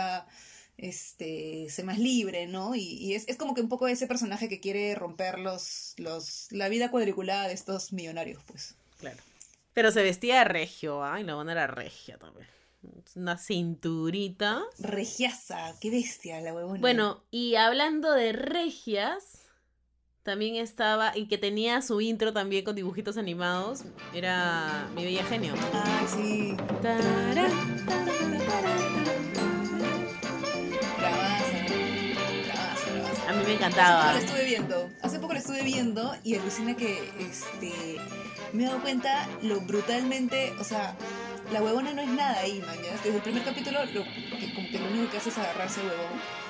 Speaker 4: este, sé más libre, ¿no? Y, y es, es como que un poco ese personaje que quiere romper los, los, la vida cuadriculada de estos millonarios, pues.
Speaker 3: Claro. Pero se vestía de regio, ay, la buena era regia también. Una cinturita.
Speaker 4: Regiasa, qué bestia la huevona.
Speaker 3: Bueno, y hablando de regias, también estaba, y que tenía su intro también con dibujitos animados, era Mi Bella Genio.
Speaker 4: Ay, sí.
Speaker 3: Tarán.
Speaker 4: Bravaza, bravaza, bravaza.
Speaker 3: A mí me
Speaker 4: Hace
Speaker 3: encantaba.
Speaker 4: poco lo estuve viendo, hace poco lo estuve viendo y alucina que este me he dado cuenta lo brutalmente, o sea, la huevona no es nada ahí, man, ¿ya? Desde el primer capítulo lo, que, como que lo único que hace es agarrarse al huevón.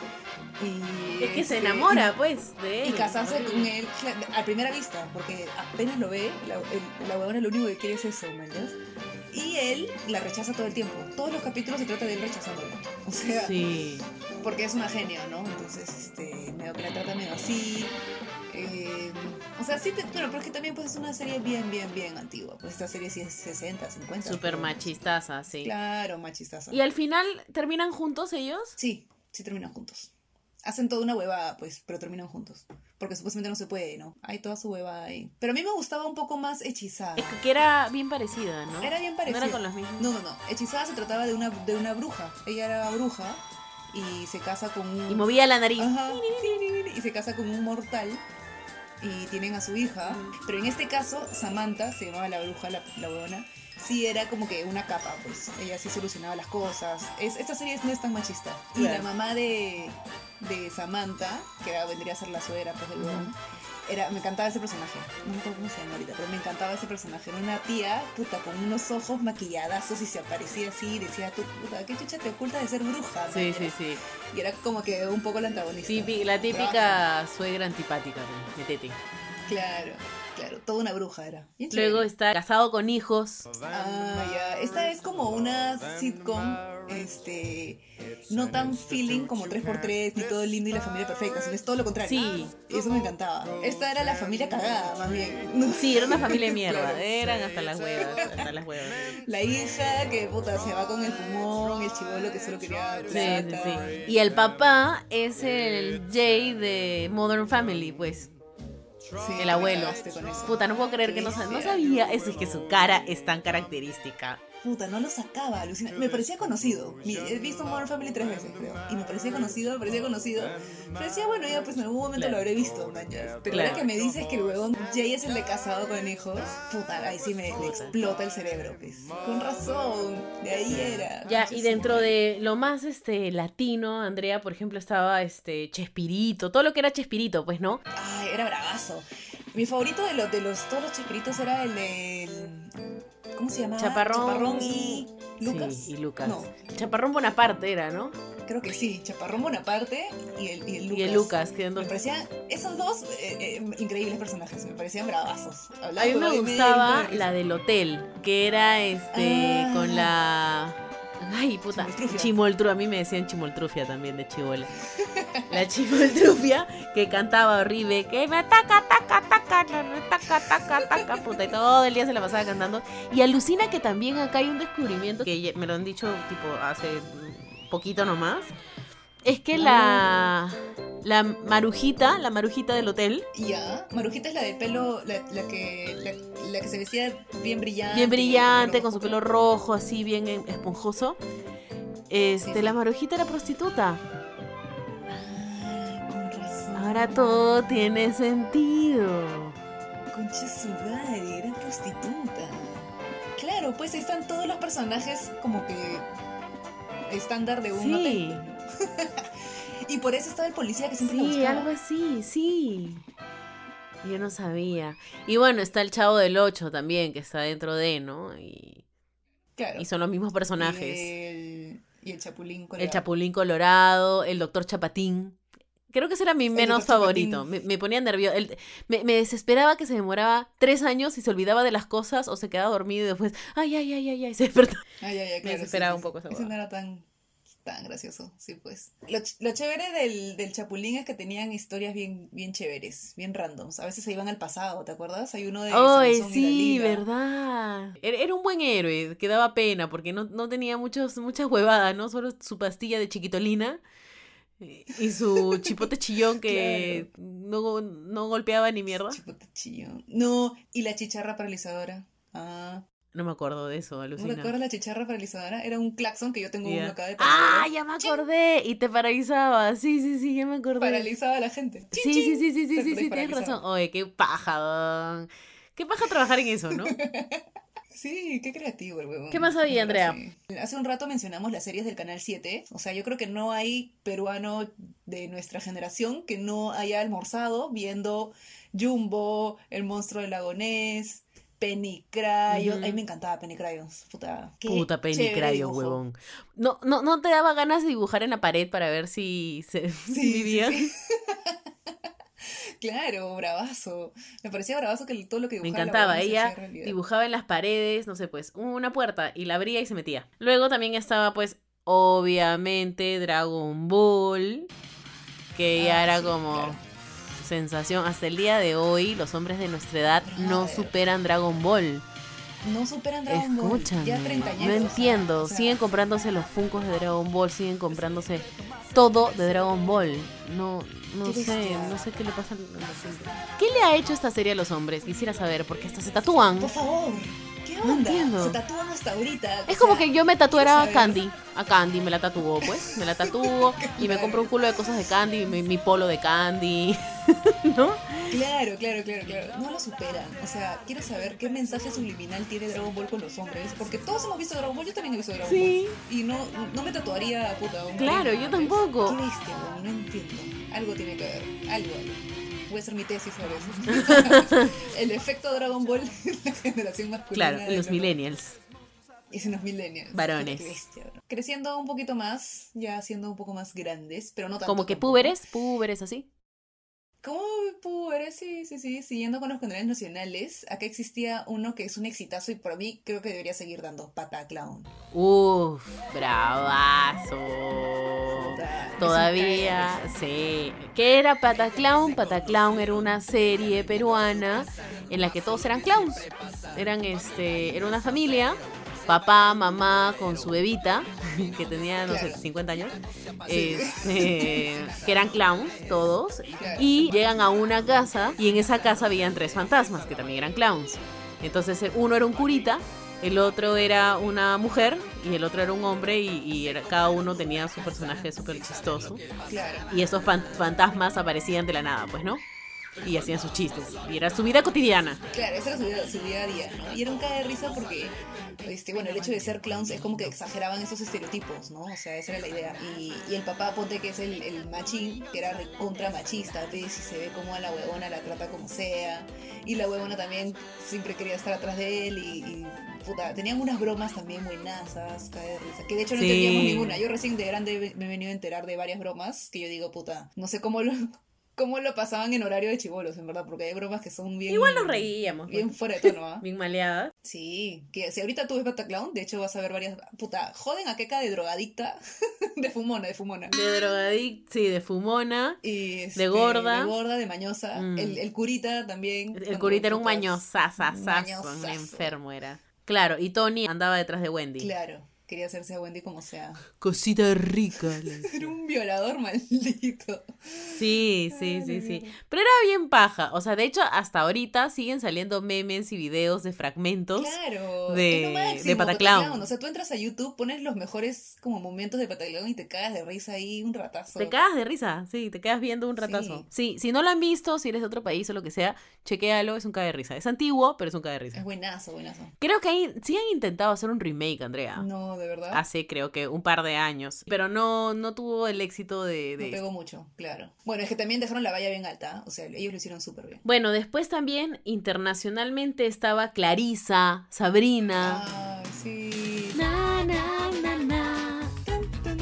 Speaker 4: Y,
Speaker 3: Es que se
Speaker 4: este,
Speaker 3: enamora, pues, de
Speaker 4: Y
Speaker 3: él.
Speaker 4: casarse con él cla- a primera vista, porque apenas lo ve, la, el- la huevona lo único que quiere es eso, man, ¿ya? Y él la rechaza todo el tiempo. Todos los capítulos se trata de él rechazándola. O sea,
Speaker 3: Sí.
Speaker 4: porque es una genio, ¿no? Entonces, este, medio que la trata medio así. eh, o sea, sí, te, bueno, pero es que también pues es una serie bien, bien, bien antigua. Pues esta serie sí es 60, 50.
Speaker 3: Súper
Speaker 4: pero-
Speaker 3: machistaza, sí.
Speaker 4: Claro, machistaza.
Speaker 3: Y al final terminan juntos ellos.
Speaker 4: Sí, sí terminan juntos. Hacen toda una huevada, pues, pero terminan juntos. Porque supuestamente no se puede, ¿no? Hay toda su huevada ahí. Pero a mí me gustaba un poco más hechizada.
Speaker 3: Es que era bien parecida, ¿no?
Speaker 4: Era bien
Speaker 3: No era
Speaker 4: parecida.
Speaker 3: con los mismos.
Speaker 4: No, no, no. Hechizada se trataba de una, de una bruja. Ella era bruja y se casa con un...
Speaker 3: Y movía la nariz.
Speaker 4: Ajá. Y se casa con un mortal y tienen a su hija. Pero en este caso, Samantha, se llamaba la bruja, la, la huevona, sí era como que una capa, pues. Ella sí solucionaba las cosas. Es, esta serie no es tan machista. Y
Speaker 3: Claro.
Speaker 4: la mamá de, de Samantha, que era, vendría a ser la suegra, pues, del huevón, Era, me encantaba ese personaje. No me acuerdo cómo se llama ahorita, pero me encantaba ese personaje. Era una tía, puta, con unos ojos maquilladazos y se aparecía así y decía, tú, puta, ¿qué chucha te oculta de ser bruja?
Speaker 3: Sí,
Speaker 4: ¿no?
Speaker 3: sí, sí.
Speaker 4: Y era como que un poco la antagonista.
Speaker 3: Típi- la típica suegra antipática de- de Tete.
Speaker 4: Claro, claro. Toda una bruja era. Bien
Speaker 3: Luego
Speaker 4: chévere.
Speaker 3: está casado con hijos.
Speaker 4: Ah, ya. Esta es como una sitcom, este, no tan feeling como 3x3, ni todo lindo y la familia perfecta, sino es todo lo contrario.
Speaker 3: Sí.
Speaker 4: Eso me encantaba. Esta era la familia cagada, más bien. [LAUGHS]
Speaker 3: Sí, era una familia [LAUGHS] de mierda.
Speaker 4: Claro.
Speaker 3: Eran hasta las huevas. Hasta las huevas.
Speaker 4: La hija que, puta, se va con el pulmón, el chivolo que solo quería
Speaker 3: Sí, sí,
Speaker 4: plata.
Speaker 3: sí. Y el papá es el Jay de Modern Family, pues.
Speaker 4: Sí,
Speaker 3: El abuelo.
Speaker 4: me cagaste con eso.
Speaker 3: Puta, no puedo creer que no, sa- no sabía. Es que su cara es tan característica.
Speaker 4: Puta, no lo sacaba, alucina. Me parecía conocido. Mi- He visto Modern Family tres veces, creo. Y me parecía conocido, me parecía conocido. Pero decía, bueno, ya pues en algún momento lo habré visto, manchas. Pero
Speaker 3: Claro.
Speaker 4: ahora que me dices que el huevón Jay es el de casado con hijos, puta, ahí sí me, me explota el cerebro, pues. Con razón, de ahí era.
Speaker 3: Ya,
Speaker 4: concha
Speaker 3: y
Speaker 4: su
Speaker 3: dentro
Speaker 4: madre.
Speaker 3: de lo más este latino, Andrea, por ejemplo, estaba este Chespirito, todo lo que era Chespirito, pues, ¿no?
Speaker 4: Ay, era bravazo. Mi favorito de los, de los todos los chespiritos era el del. ¿Cómo se llamaba?
Speaker 3: Chaparrón.
Speaker 4: y. Lucas.
Speaker 3: Sí, y Lucas.
Speaker 4: No,
Speaker 3: Chaparrón Bonaparte era, ¿no?
Speaker 4: creo que sí, Chaparrón Bonaparte y el, y el Lucas.
Speaker 3: Y el Lucas, que ando-
Speaker 4: Me parecían esos dos eh, eh, increíbles personajes, me parecían bravazos.
Speaker 3: A mí
Speaker 4: Hablando
Speaker 3: me
Speaker 4: de
Speaker 3: gustaba
Speaker 4: médicos,
Speaker 3: la del hotel, que era este
Speaker 4: Ah.
Speaker 3: con la ay puta
Speaker 4: Chimoltrufia.
Speaker 3: chimoltrufia, a mí me decían chimoltrufia también de chivola. La chimoltrufia que cantaba horrible, que me ataca, taca, taca, la re- taca, taca, taca, puta, y todo el día se la pasaba cantando. Y alucina que también acá hay un descubrimiento que ye- me lo han dicho tipo hace poquito nomás. Es que
Speaker 4: Ah.
Speaker 3: la la marujita, la marujita del hotel,
Speaker 4: Ya, Marujita es la de pelo, la, la que, la, la que se vestía bien brillante.
Speaker 3: bien brillante,
Speaker 4: pelo-
Speaker 3: con su pelo rojo, así bien en- esponjoso. Este,
Speaker 4: Sí, sí.
Speaker 3: la marujita era prostituta.
Speaker 4: Ah, con razón.
Speaker 3: Ahora todo tiene sentido.
Speaker 4: Concha su madre, era prostituta. Claro, pues ahí están todos los personajes como que estándar de un
Speaker 3: Sí.
Speaker 4: hotel. [LAUGHS] y por eso estaba el policía que siempre la
Speaker 3: Sí,
Speaker 4: buscaba.
Speaker 3: algo así, sí. Yo no sabía. Y bueno, está el chavo del 8 también, que está dentro de, ¿no? Y,
Speaker 4: Claro.
Speaker 3: y son los mismos personajes.
Speaker 4: Y el, y el chapulín con
Speaker 3: El
Speaker 4: la-
Speaker 3: Chapulín Colorado, el Doctor Chapatín. Creo que ese era mi menos
Speaker 4: Doctor Chapatín.
Speaker 3: favorito. Me, me ponía nervioso. Me, me desesperaba que se demoraba tres años y se olvidaba de las cosas o se quedaba dormido y después, ay, ay, ay, ay, ay, se
Speaker 4: [LAUGHS]
Speaker 3: despertaba.
Speaker 4: Ah, ya, ya, claro, sí,
Speaker 3: desesperaba
Speaker 4: sí,
Speaker 3: un
Speaker 4: sí.
Speaker 3: poco esa
Speaker 4: Ese
Speaker 3: huevada.
Speaker 4: no era tan, tan gracioso, sí, pues. Lo, ch- lo chévere del, del Chapulín es que tenían historias bien, bien chéveres, bien randoms. A veces se iban al pasado, ¿te acuerdas? Hay uno de
Speaker 3: Ay,
Speaker 4: Sansón y la
Speaker 3: sí,
Speaker 4: Liga.
Speaker 3: verdad. Era, era un buen héroe, que daba pena porque no, no tenía muchos, muchas huevadas, ¿no? Solo su pastilla de chiquitolina eh,
Speaker 4: [LAUGHS]
Speaker 3: y su chipote chillón que no, go- no golpeaba ni mierda.
Speaker 4: Chipote chillón. No, y la chicharra paralizadora. Ah,
Speaker 3: No me acuerdo de eso,
Speaker 4: ¿no
Speaker 3: alucina.
Speaker 4: recuerdas la chicharra paralizadora? Era un claxon que yo tengo
Speaker 3: Ya.
Speaker 4: uno acá de
Speaker 3: Ah,
Speaker 4: paralizador.
Speaker 3: ya me
Speaker 4: Chin.
Speaker 3: acordé. Y te paralizaba. Sí, sí, sí, ya me acordé.
Speaker 4: Paralizaba a la gente. Chin,
Speaker 3: sí, sí,
Speaker 4: chin.
Speaker 3: sí,
Speaker 4: Te
Speaker 3: sí, sí, sí, sí, tienes
Speaker 4: paralizaba.
Speaker 3: razón. Oye, qué paja, weón. Qué paja trabajar en eso, ¿no?
Speaker 4: Sí, qué creativo el huevón.
Speaker 3: ¿Qué más había,
Speaker 4: En verdad,
Speaker 3: Andrea?
Speaker 4: sí. Hace un rato mencionamos las series del Canal 7. O sea, yo creo que no hay peruano de nuestra generación que no haya almorzado viendo Jumbo, El Monstruo del Lagonés, Penny Crayons.
Speaker 3: Ujú.
Speaker 4: Ay, me encantaba Penny Crayons. Puta, [LAUGHS] qué
Speaker 3: Puta
Speaker 4: chévere
Speaker 3: penicrayo,
Speaker 4: dibujo.
Speaker 3: huevón. No, no, no te daba ganas de dibujar en la pared para ver si, se, [LAUGHS]
Speaker 4: Sí,
Speaker 3: si
Speaker 4: sí,
Speaker 3: vivía.
Speaker 4: sí. [LAUGHS] Claro, bravazo. Me parecía bravazo que todo lo que
Speaker 3: Me
Speaker 4: dibujaba la
Speaker 3: encantaba.
Speaker 4: huevona se
Speaker 3: Ella
Speaker 4: hacía realidad.
Speaker 3: dibujaba en las paredes, no sé, pues, una puerta y la abría y se metía. Luego también estaba, pues, obviamente, Dragon Ball. Que ya
Speaker 4: Ah,
Speaker 3: era
Speaker 4: sí,
Speaker 3: como.
Speaker 4: claro.
Speaker 3: sensación. Hasta el día de hoy, los hombres de nuestra edad no
Speaker 4: Brother.
Speaker 3: superan Dragon Ball.
Speaker 4: No superan Dragon Ball.
Speaker 3: Escúchame.
Speaker 4: Ya treintañeros,
Speaker 3: No
Speaker 4: o sea,
Speaker 3: entiendo.
Speaker 4: o sea,
Speaker 3: Siguen comprándose los funcos de Dragon Ball, siguen comprándose todo de Dragon Ball. No, no
Speaker 4: Qué
Speaker 3: sé,
Speaker 4: bestia.
Speaker 3: no sé qué le pasa a los hombres. ¿Qué le ha hecho esta serie a los hombres? Quisiera saber, porque hasta se tatúan.
Speaker 4: Por favor, ¿qué
Speaker 3: No
Speaker 4: onda?
Speaker 3: entiendo.
Speaker 4: Se tatúan hasta ahorita.
Speaker 3: Es
Speaker 4: o
Speaker 3: como
Speaker 4: sea,
Speaker 3: que yo me tatuara a
Speaker 4: saber.
Speaker 3: Candy. A Candy me la tatuó, pues. Me la tatuó y me compro un culo de cosas de Candy, mi, mi polo de Candy. ¿No?
Speaker 4: Claro, claro, claro, claro. No lo superan. O sea, quiero saber qué mensaje subliminal tiene Dragon Ball con los hombres. Porque todos hemos visto Dragon Ball, yo también he visto Dragon
Speaker 3: Sí.
Speaker 4: Ball. Y no, no me tatuaría puta. un
Speaker 3: Claro,
Speaker 4: primo,
Speaker 3: yo
Speaker 4: ¿no?
Speaker 3: tampoco.
Speaker 4: Qué bestia, weón, no entiendo. Algo tiene que ver. Algo, algo. Voy a hacer mi tesis sobre
Speaker 3: [LAUGHS]
Speaker 4: eso. El efecto Dragon Ball en la generación masculina.
Speaker 3: [LAUGHS] Claro,
Speaker 4: de Dragon
Speaker 3: los
Speaker 4: Ball.
Speaker 3: millennials.
Speaker 4: Y si los millennials.
Speaker 3: Varones.
Speaker 4: Qué bestia, bro. Creciendo un poquito más, ya siendo un poco más grandes, pero no tanto.
Speaker 3: Como que
Speaker 4: tampoco.
Speaker 3: púberes, púberes así.
Speaker 4: ¿Cómo puedo? Sí, sí, sí. Siguiendo con los canales nacionales, acá existía uno que es un exitazo y para mí creo que debería seguir dando pata a clown.
Speaker 3: Uf, bravazo.
Speaker 4: Puta,
Speaker 3: Oh. Todavía,
Speaker 4: es un
Speaker 3: sí. ¿Qué era Pataclown? Pataclown era una serie peruana en la que todos eran clowns. Eran este, era una familia, papá, mamá con su bebita, [LAUGHS] que tenía, no sé,
Speaker 4: Claro.
Speaker 3: 50 años,
Speaker 4: Sí.
Speaker 3: este, que eran clowns todos,
Speaker 4: Claro.
Speaker 3: y llegan a una casa y en esa casa habían tres fantasmas que también eran clowns. Entonces eh, uno era un curita, el otro era una mujer y el otro era un hombre y, y era- cada uno tenía su personaje súper chistoso.
Speaker 4: Claro.
Speaker 3: Y esos fan- fantasmas aparecían de la nada, pues, ¿no? y hacían sus chistes. Y era su vida cotidiana.
Speaker 4: Claro, ese era su día, su día a día, ¿no? Y era un cae de risa porque, este, bueno, el hecho de ser clowns es como que exageraban esos estereotipos, ¿no? O sea, esa era la idea. Y, y el papá, ponte que es el, el machín, que era contra machista, ¿ves? Y se ve como a la huevona la trata como sea. Y la huevona también siempre quería estar atrás de él y, y, puta, tenían unas bromas también buenazas, cae de risa. Que de hecho no
Speaker 3: Sí.
Speaker 4: entendíamos ninguna. Yo recién de grande me he venido a enterar de varias bromas que yo digo, puta, no sé cómo lo... [LAUGHS] cómo lo pasaban en horario de chivolos, en verdad, porque hay bromas que son bien...
Speaker 3: Igual nos reíamos. pues.
Speaker 4: Bien fuera de tono,
Speaker 3: [LAUGHS]
Speaker 4: ¿ah?
Speaker 3: Bien maleadas.
Speaker 4: Sí, que si ahorita tú ves Bataclown, de hecho vas a ver varias. Puta, joden a Keka de drogadicta, [LAUGHS] de fumona, de fumona.
Speaker 3: De drogadicta, sí, de fumona.
Speaker 4: Y este,
Speaker 3: De gorda.
Speaker 4: De gorda, de mañosa.
Speaker 3: Mm.
Speaker 4: El, el curita también.
Speaker 3: El
Speaker 4: cuando
Speaker 3: curita era un
Speaker 4: putas-
Speaker 3: mañosazazazo, un
Speaker 4: mañosazo.
Speaker 3: enfermo era. Claro, y Tony andaba detrás de Wendy.
Speaker 4: Claro, quería hacerse a Wendy como sea.
Speaker 3: Cosita rica.
Speaker 4: [LAUGHS]
Speaker 3: le
Speaker 4: Era
Speaker 3: decía.
Speaker 4: un violador maldito.
Speaker 3: Sí, sí, sí, sí. Pero era bien paja. O sea, de hecho, hasta ahorita siguen saliendo memes y videos de fragmentos.
Speaker 4: Claro,
Speaker 3: de-
Speaker 4: es lo máximo,
Speaker 3: de Pataclown.
Speaker 4: O sea, tú entras a YouTube, pones los mejores como momentos de Pataclown y te cagas de risa ahí un ratazo.
Speaker 3: Te cagas de risa, sí, te quedas viendo un ratazo. Sí. si no lo han visto, si eres de otro país o lo que sea, chequéalo, es un caga de risa. Es antiguo, pero es un caga de
Speaker 4: Es
Speaker 3: risa.
Speaker 4: buenazo, buenazo.
Speaker 3: Creo que ahí sí han intentado hacer un remake, Andrea.
Speaker 4: No, de verdad.
Speaker 3: Hace creo que un par de años, pero no, no tuvo el éxito de... de
Speaker 4: No pegó mucho, claro. Bueno, es que también dejaron la valla bien alta, ¿ah? o sea, ellos lo hicieron súper bien.
Speaker 3: Bueno, después también internacionalmente estaba Clarisa, Sabrina.
Speaker 4: Ay, sí.
Speaker 3: Na, na, na, na.
Speaker 4: Tan, tan.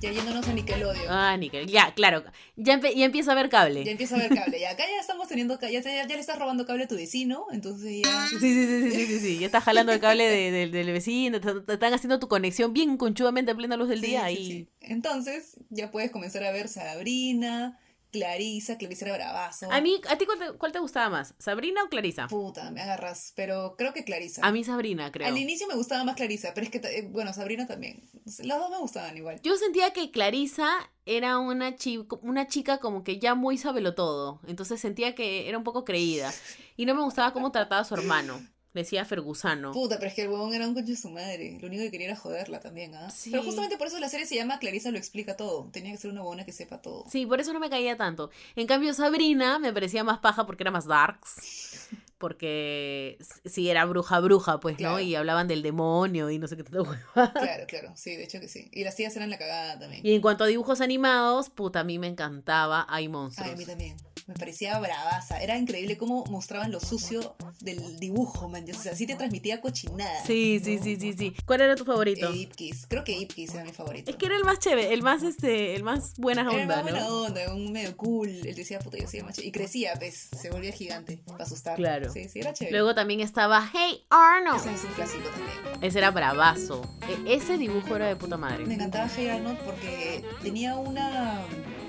Speaker 4: Ya yéndonos a Nickelodeon.
Speaker 3: Ah, Nickel. Ya, claro. Ya, empe- ya empieza a ver
Speaker 4: Ya
Speaker 3: cable.
Speaker 4: empieza a haber cable. Ya acá ya estamos teniendo. ca- Ya, te- ya le estás robando cable a tu vecino. Entonces ya.
Speaker 3: Ah, Sí, sí, sí, sí, sí, sí, sí. Ya estás jalando el cable de- del- del vecino. Te, te están haciendo tu conexión bien conchudamente a plena luz del
Speaker 4: Sí,
Speaker 3: día.
Speaker 4: sí,
Speaker 3: y...
Speaker 4: sí. Entonces ya puedes comenzar a ver Sabrina, Clarisa. Clarisa era bravazo.
Speaker 3: A mí, ¿a ti cuál te, cuál te gustaba más? ¿Sabrina o Clarisa?
Speaker 4: Puta, me agarras. Pero creo que Clarisa.
Speaker 3: A mí Sabrina, creo.
Speaker 4: Al inicio me gustaba más Clarisa. Pero es que. ta- eh, Bueno, Sabrina también. Las dos me gustaban igual.
Speaker 3: Yo sentía que Clarisa era una, chi- una chica como que ya muy sabelotodo. Entonces sentía que era un poco creída. Y no me gustaba cómo trataba a su hermano. Le decía Fergusano.
Speaker 4: Puta, pero es que el huevón era un concho de su madre. Lo único que quería era joderla también, ¿ah?
Speaker 3: Sí.
Speaker 4: Pero justamente por eso la serie se llama Clarisa lo explica todo. Tenía que ser una huevona que sepa todo.
Speaker 3: Sí, por eso no me caía tanto. En cambio, Sabrina me parecía más paja porque era más darks. Porque sí, era bruja, bruja, pues, ¿no?
Speaker 4: Claro.
Speaker 3: Y hablaban del demonio y no sé qué tanta hueva.
Speaker 4: [LAUGHS] Claro, claro. Sí, de hecho que sí. Y las tías eran la cagada también.
Speaker 3: Y en cuanto a dibujos animados, puta, a mí me encantaba Hay Monstruos.
Speaker 4: Ay, a mí también. Me parecía bravaza. Era increíble cómo mostraban lo sucio del dibujo, man. O sea, así te transmitía cochinada.
Speaker 3: Sí, sí, sí, sí, sí. ¿Cuál era tu favorito?
Speaker 4: Eh, Ipkiss. Creo que Ipkiss era mi favorito.
Speaker 3: Es que era el más chévere, el más este, el más buena
Speaker 4: Era el
Speaker 3: onda,
Speaker 4: más buena
Speaker 3: ¿no?
Speaker 4: onda, un medio cool. Él decía, puta, yo soy macho. Y crecía, pues, se volvía gigante para asustar.
Speaker 3: Claro.
Speaker 4: Sí, sí, era chévere.
Speaker 3: Luego también estaba Hey
Speaker 4: Ese
Speaker 3: Arnold.
Speaker 4: es un clásico también.
Speaker 3: Ese era bravazo. E- ese dibujo era de puta
Speaker 4: Me
Speaker 3: madre.
Speaker 4: encantaba Hey Arnold porque tenía una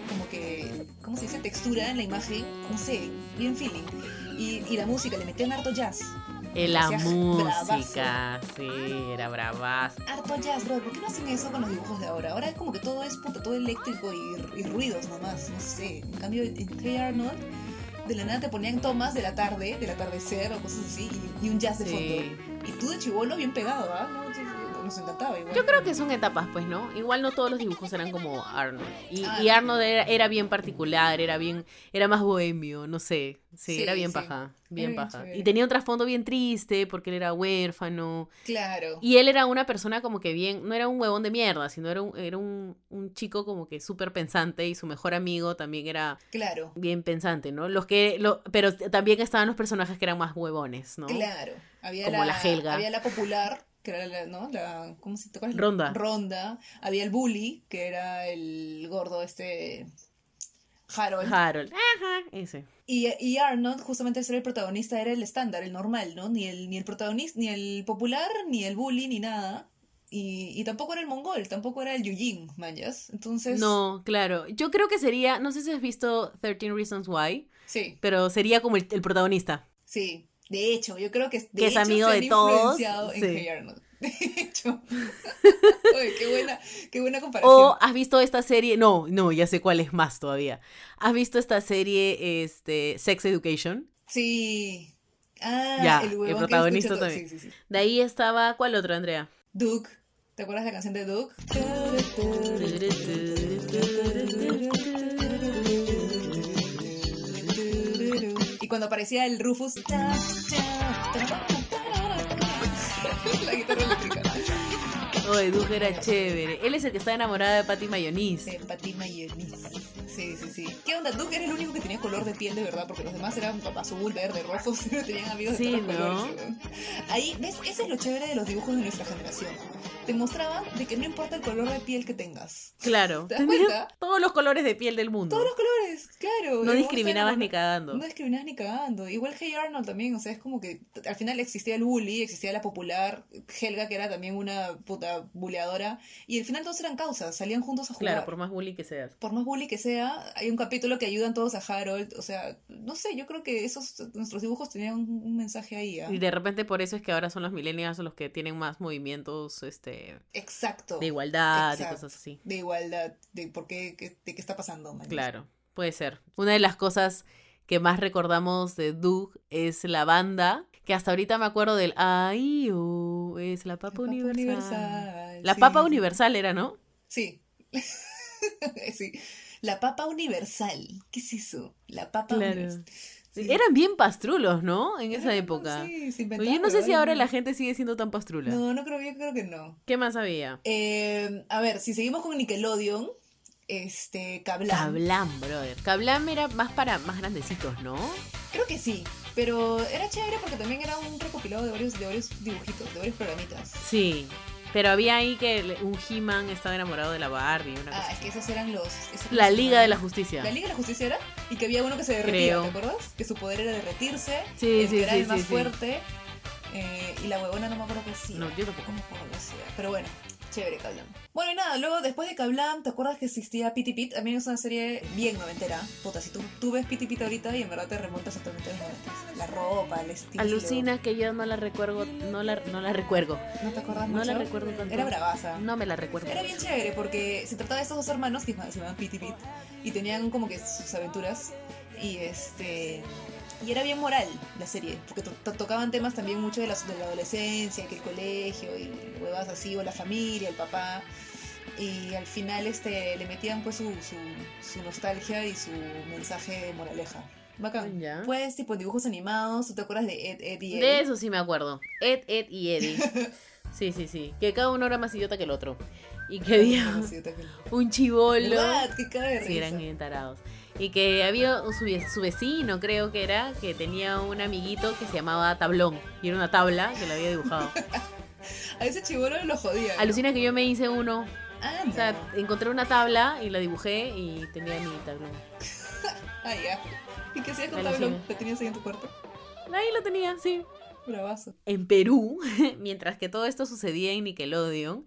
Speaker 4: como que, ¿cómo se dice? Textura en la imagen, no sé, bien feeling. Y, y la música, le metían harto jazz.
Speaker 3: Eh, La
Speaker 4: Hacía
Speaker 3: música, sí, era bravazo.
Speaker 4: Harto jazz, bro. ¿Por qué no hacen eso con los dibujos de ahora? Ahora es como que todo es puta, todo eléctrico y, y ruidos nomás, no sé. En cambio, en Hey Arnold, de la nada te ponían tomas de la tarde, del atardecer o cosas así, y, y un jazz de
Speaker 3: Sí.
Speaker 4: fondo. Y tú de chivolo bien pegado, ¿ah? No, sí, sí, nos encantaba igual.
Speaker 3: Yo creo que son etapas, pues, ¿no? Igual no todos los dibujos eran como Arnold. Y,
Speaker 4: Ah,
Speaker 3: y Arnold era, era bien particular, era bien, era más bohemio, no sé. Sí,
Speaker 4: Sí,
Speaker 3: era bien
Speaker 4: sí.
Speaker 3: paja, bien
Speaker 4: bien
Speaker 3: paja.
Speaker 4: chévere.
Speaker 3: Y tenía un trasfondo bien triste porque él era huérfano.
Speaker 4: Claro.
Speaker 3: Y él era una persona como que bien, no era un huevón de mierda, sino era un, era un, un chico como que súper pensante y su mejor amigo también era
Speaker 4: Claro.
Speaker 3: bien pensante, ¿no? Los que, lo, pero también estaban los personajes que eran más huevones, ¿no?
Speaker 4: Claro, había
Speaker 3: Como la Helga.
Speaker 4: había la popular, que era la, ¿no? La, ¿cómo se cuál es la-
Speaker 3: Ronda.
Speaker 4: Ronda, había el bully, que era el gordo este Harold.
Speaker 3: Harold, ajá, ese.
Speaker 4: Y, y Arnold, justamente al ser el protagonista, era el estándar, el normal, ¿no? Ni el, ni el protagonista, ni el popular, ni el bully, ni nada. Y, y tampoco era el mongol, tampoco era el Yujin, manjas. Entonces,
Speaker 3: No, claro. Yo creo que sería, no sé si has visto 13 Reasons Why,
Speaker 4: sí,
Speaker 3: pero sería como el, el protagonista.
Speaker 4: sí. De hecho, yo creo que, de
Speaker 3: Que es
Speaker 4: hecho,
Speaker 3: amigo
Speaker 4: se
Speaker 3: de
Speaker 4: han
Speaker 3: todos,
Speaker 4: influenciado en
Speaker 3: sí.
Speaker 4: Hey Arnold. [LAUGHS] De
Speaker 3: [LAUGHS]
Speaker 4: hecho. Oye, qué buena, qué buena comparación.
Speaker 3: O has visto esta serie, no, no, ya sé cuál es más todavía. ¿Has visto esta serie, este, Sex Education?
Speaker 4: Sí. Ah,
Speaker 3: Ya,
Speaker 4: el
Speaker 3: el
Speaker 4: huevón que
Speaker 3: protagonista
Speaker 4: escucha todo.
Speaker 3: también.
Speaker 4: Sí, sí, sí.
Speaker 3: De ahí estaba, ¿cuál otro, Andrea?
Speaker 4: Duke. ¿Te acuerdas de la canción de Duke? cuando aparecía el Rufus. [LAUGHS] La guitarra eléctrica.
Speaker 3: Oye, Duque era chévere. Él es el que está enamorada de Patty Mayonis.
Speaker 4: Sí, Patima y Elisa. Sí, sí, sí. ¿Qué onda? Duke era el único que tenía color de piel de verdad, porque los demás eran azul, verde, rojo, [LAUGHS] pero tenían amigos de
Speaker 3: Sí,
Speaker 4: todos los
Speaker 3: ¿no?
Speaker 4: colores, weón. Ahí, ¿ves? Ese es lo chévere de los dibujos de nuestra generación. Te mostraban de que no importa el color de piel que tengas.
Speaker 3: Claro.
Speaker 4: ¿Te das
Speaker 3: Tenía
Speaker 4: cuenta?
Speaker 3: todos los colores de piel del mundo.
Speaker 4: Todos los colores, claro.
Speaker 3: No
Speaker 4: Y
Speaker 3: discriminabas
Speaker 4: bueno,
Speaker 3: ni cagando.
Speaker 4: No discriminabas ni cagando. Igual Hey Arnold también, o sea, es como que t- al final existía el bully, existía la popular, Helga que era también una puta buleadora, y al final todos eran causas, salían juntos a jugar.
Speaker 3: Claro, por más bully que seas.
Speaker 4: por más bully que sea, hay un capítulo que ayudan todos a Harold. O sea, no sé, yo creo que esos nuestros dibujos tenían un, un mensaje ahí. ¿ah?
Speaker 3: Y de repente por eso es que ahora son los millennials los que tienen más movimientos este,
Speaker 4: Exacto.
Speaker 3: de igualdad y
Speaker 4: Exacto.
Speaker 3: cosas así.
Speaker 4: De igualdad, de por qué, qué- de qué está pasando. man.
Speaker 3: Claro, puede ser. Una de las cosas que más recordamos de Doug es la banda, que hasta ahorita me acuerdo del ay, oh, es la
Speaker 4: La
Speaker 3: papa
Speaker 4: Papa
Speaker 3: universal.
Speaker 4: Universal,
Speaker 3: La
Speaker 4: sí,
Speaker 3: papa
Speaker 4: sí.
Speaker 3: universal era, ¿no?
Speaker 4: Sí. [LAUGHS] sí. La papa universal. ¿Qué es eso? La papa universal. Sí.
Speaker 3: Eran bien pastrulos, ¿no? En esa
Speaker 4: Era-
Speaker 3: época.
Speaker 4: Sí, se
Speaker 3: Oye,
Speaker 4: inventaban,
Speaker 3: yo no sé si
Speaker 4: ¿verdad?
Speaker 3: ahora la gente sigue siendo tan pastrula.
Speaker 4: No, no creo, yo creo que no.
Speaker 3: ¿Qué más había?
Speaker 4: Eh, a ver, si seguimos con Nickelodeon, este, Cablan.
Speaker 3: Cablam, brother. Cablam era más para más grandecitos, ¿no?
Speaker 4: Creo que sí, pero era chévere porque también era un recopilado de varios, de varios dibujitos, de varios programitas.
Speaker 3: Sí. Pero había ahí que le- un He-Man estaba enamorado de la Barbie, una cosa
Speaker 4: Ah, es
Speaker 3: así.
Speaker 4: que esos eran los... esos
Speaker 3: La
Speaker 4: eran-
Speaker 3: Liga de la Justicia.
Speaker 4: La Liga de la Justicia era, y que había uno que se derretía,
Speaker 3: Creo.
Speaker 4: ¿te acuerdas? Que su poder era derretirse,
Speaker 3: Sí,
Speaker 4: el
Speaker 3: sí,
Speaker 4: que era
Speaker 3: sí,
Speaker 4: el más
Speaker 3: sí, sí.
Speaker 4: fuerte, eh, y la huevona no me acuerdo qué hacía.
Speaker 3: No, yo tampoco.
Speaker 4: No me acuerdo qué hacía, pero bueno, chévere Kablam. Bueno, y nada, luego después de Kablam, ¿te acuerdas que existía Pity Pit? También es una serie bien noventera, puta, si tú, tú ves Pity Pit ahorita y en verdad te remontas actualmente a los noventas. La ropa, el estilo.
Speaker 3: Alucina que yo no la recuerdo, no la, no la recuerdo.
Speaker 4: ¿No te acuerdas
Speaker 3: No
Speaker 4: mucho?
Speaker 3: la recuerdo tanto.
Speaker 4: Era bravaza.
Speaker 3: No me la recuerdo.
Speaker 4: Era bien chévere porque se trataba de estos dos hermanos que se llamaban Pit y Pit y tenían como que sus aventuras y este y era bien moral la serie porque to- to- tocaban temas también mucho de la, de la adolescencia, que el colegio y huevas así o la familia, el papá y al final este le metían pues su, su, su nostalgia y su mensaje de moraleja. Bacán.
Speaker 3: Ya.
Speaker 4: Pues tipo en dibujos animados, ¿tú te acuerdas de Ed, Ed y Eddie?
Speaker 3: De eso sí me acuerdo. Ed, Ed
Speaker 4: [LAUGHS]
Speaker 3: y Eddie. Sí, sí, sí. Que cada uno era más idiota que el otro. Y que había
Speaker 4: [LAUGHS] Sí, te acuerdas.
Speaker 3: [LAUGHS] un chivolo.
Speaker 4: ¿Verdad? Qué caga de
Speaker 3: Sí, eran
Speaker 4: risa.
Speaker 3: bien tarados. Y que había un- su, ve- su vecino, creo que era, que tenía un amiguito que se llamaba Tablón. Y era una tabla que lo había
Speaker 4: [LAUGHS]
Speaker 3: dibujado.
Speaker 4: A ese chivolo lo jodía. ¿no?
Speaker 3: Alucina que yo me hice uno.
Speaker 4: Ah,
Speaker 3: O sea, encontré una tabla y la dibujé y tenía mi tablón.
Speaker 4: Ah, ya. ¿Y qué hacías con
Speaker 3: Alucina.
Speaker 4: tablón? ¿Lo tenías ahí en tu cuarto?
Speaker 3: Ahí lo tenía, sí.
Speaker 4: Bravazo.
Speaker 3: en Perú, [LAUGHS] mientras que todo esto sucedía en Nickelodeon,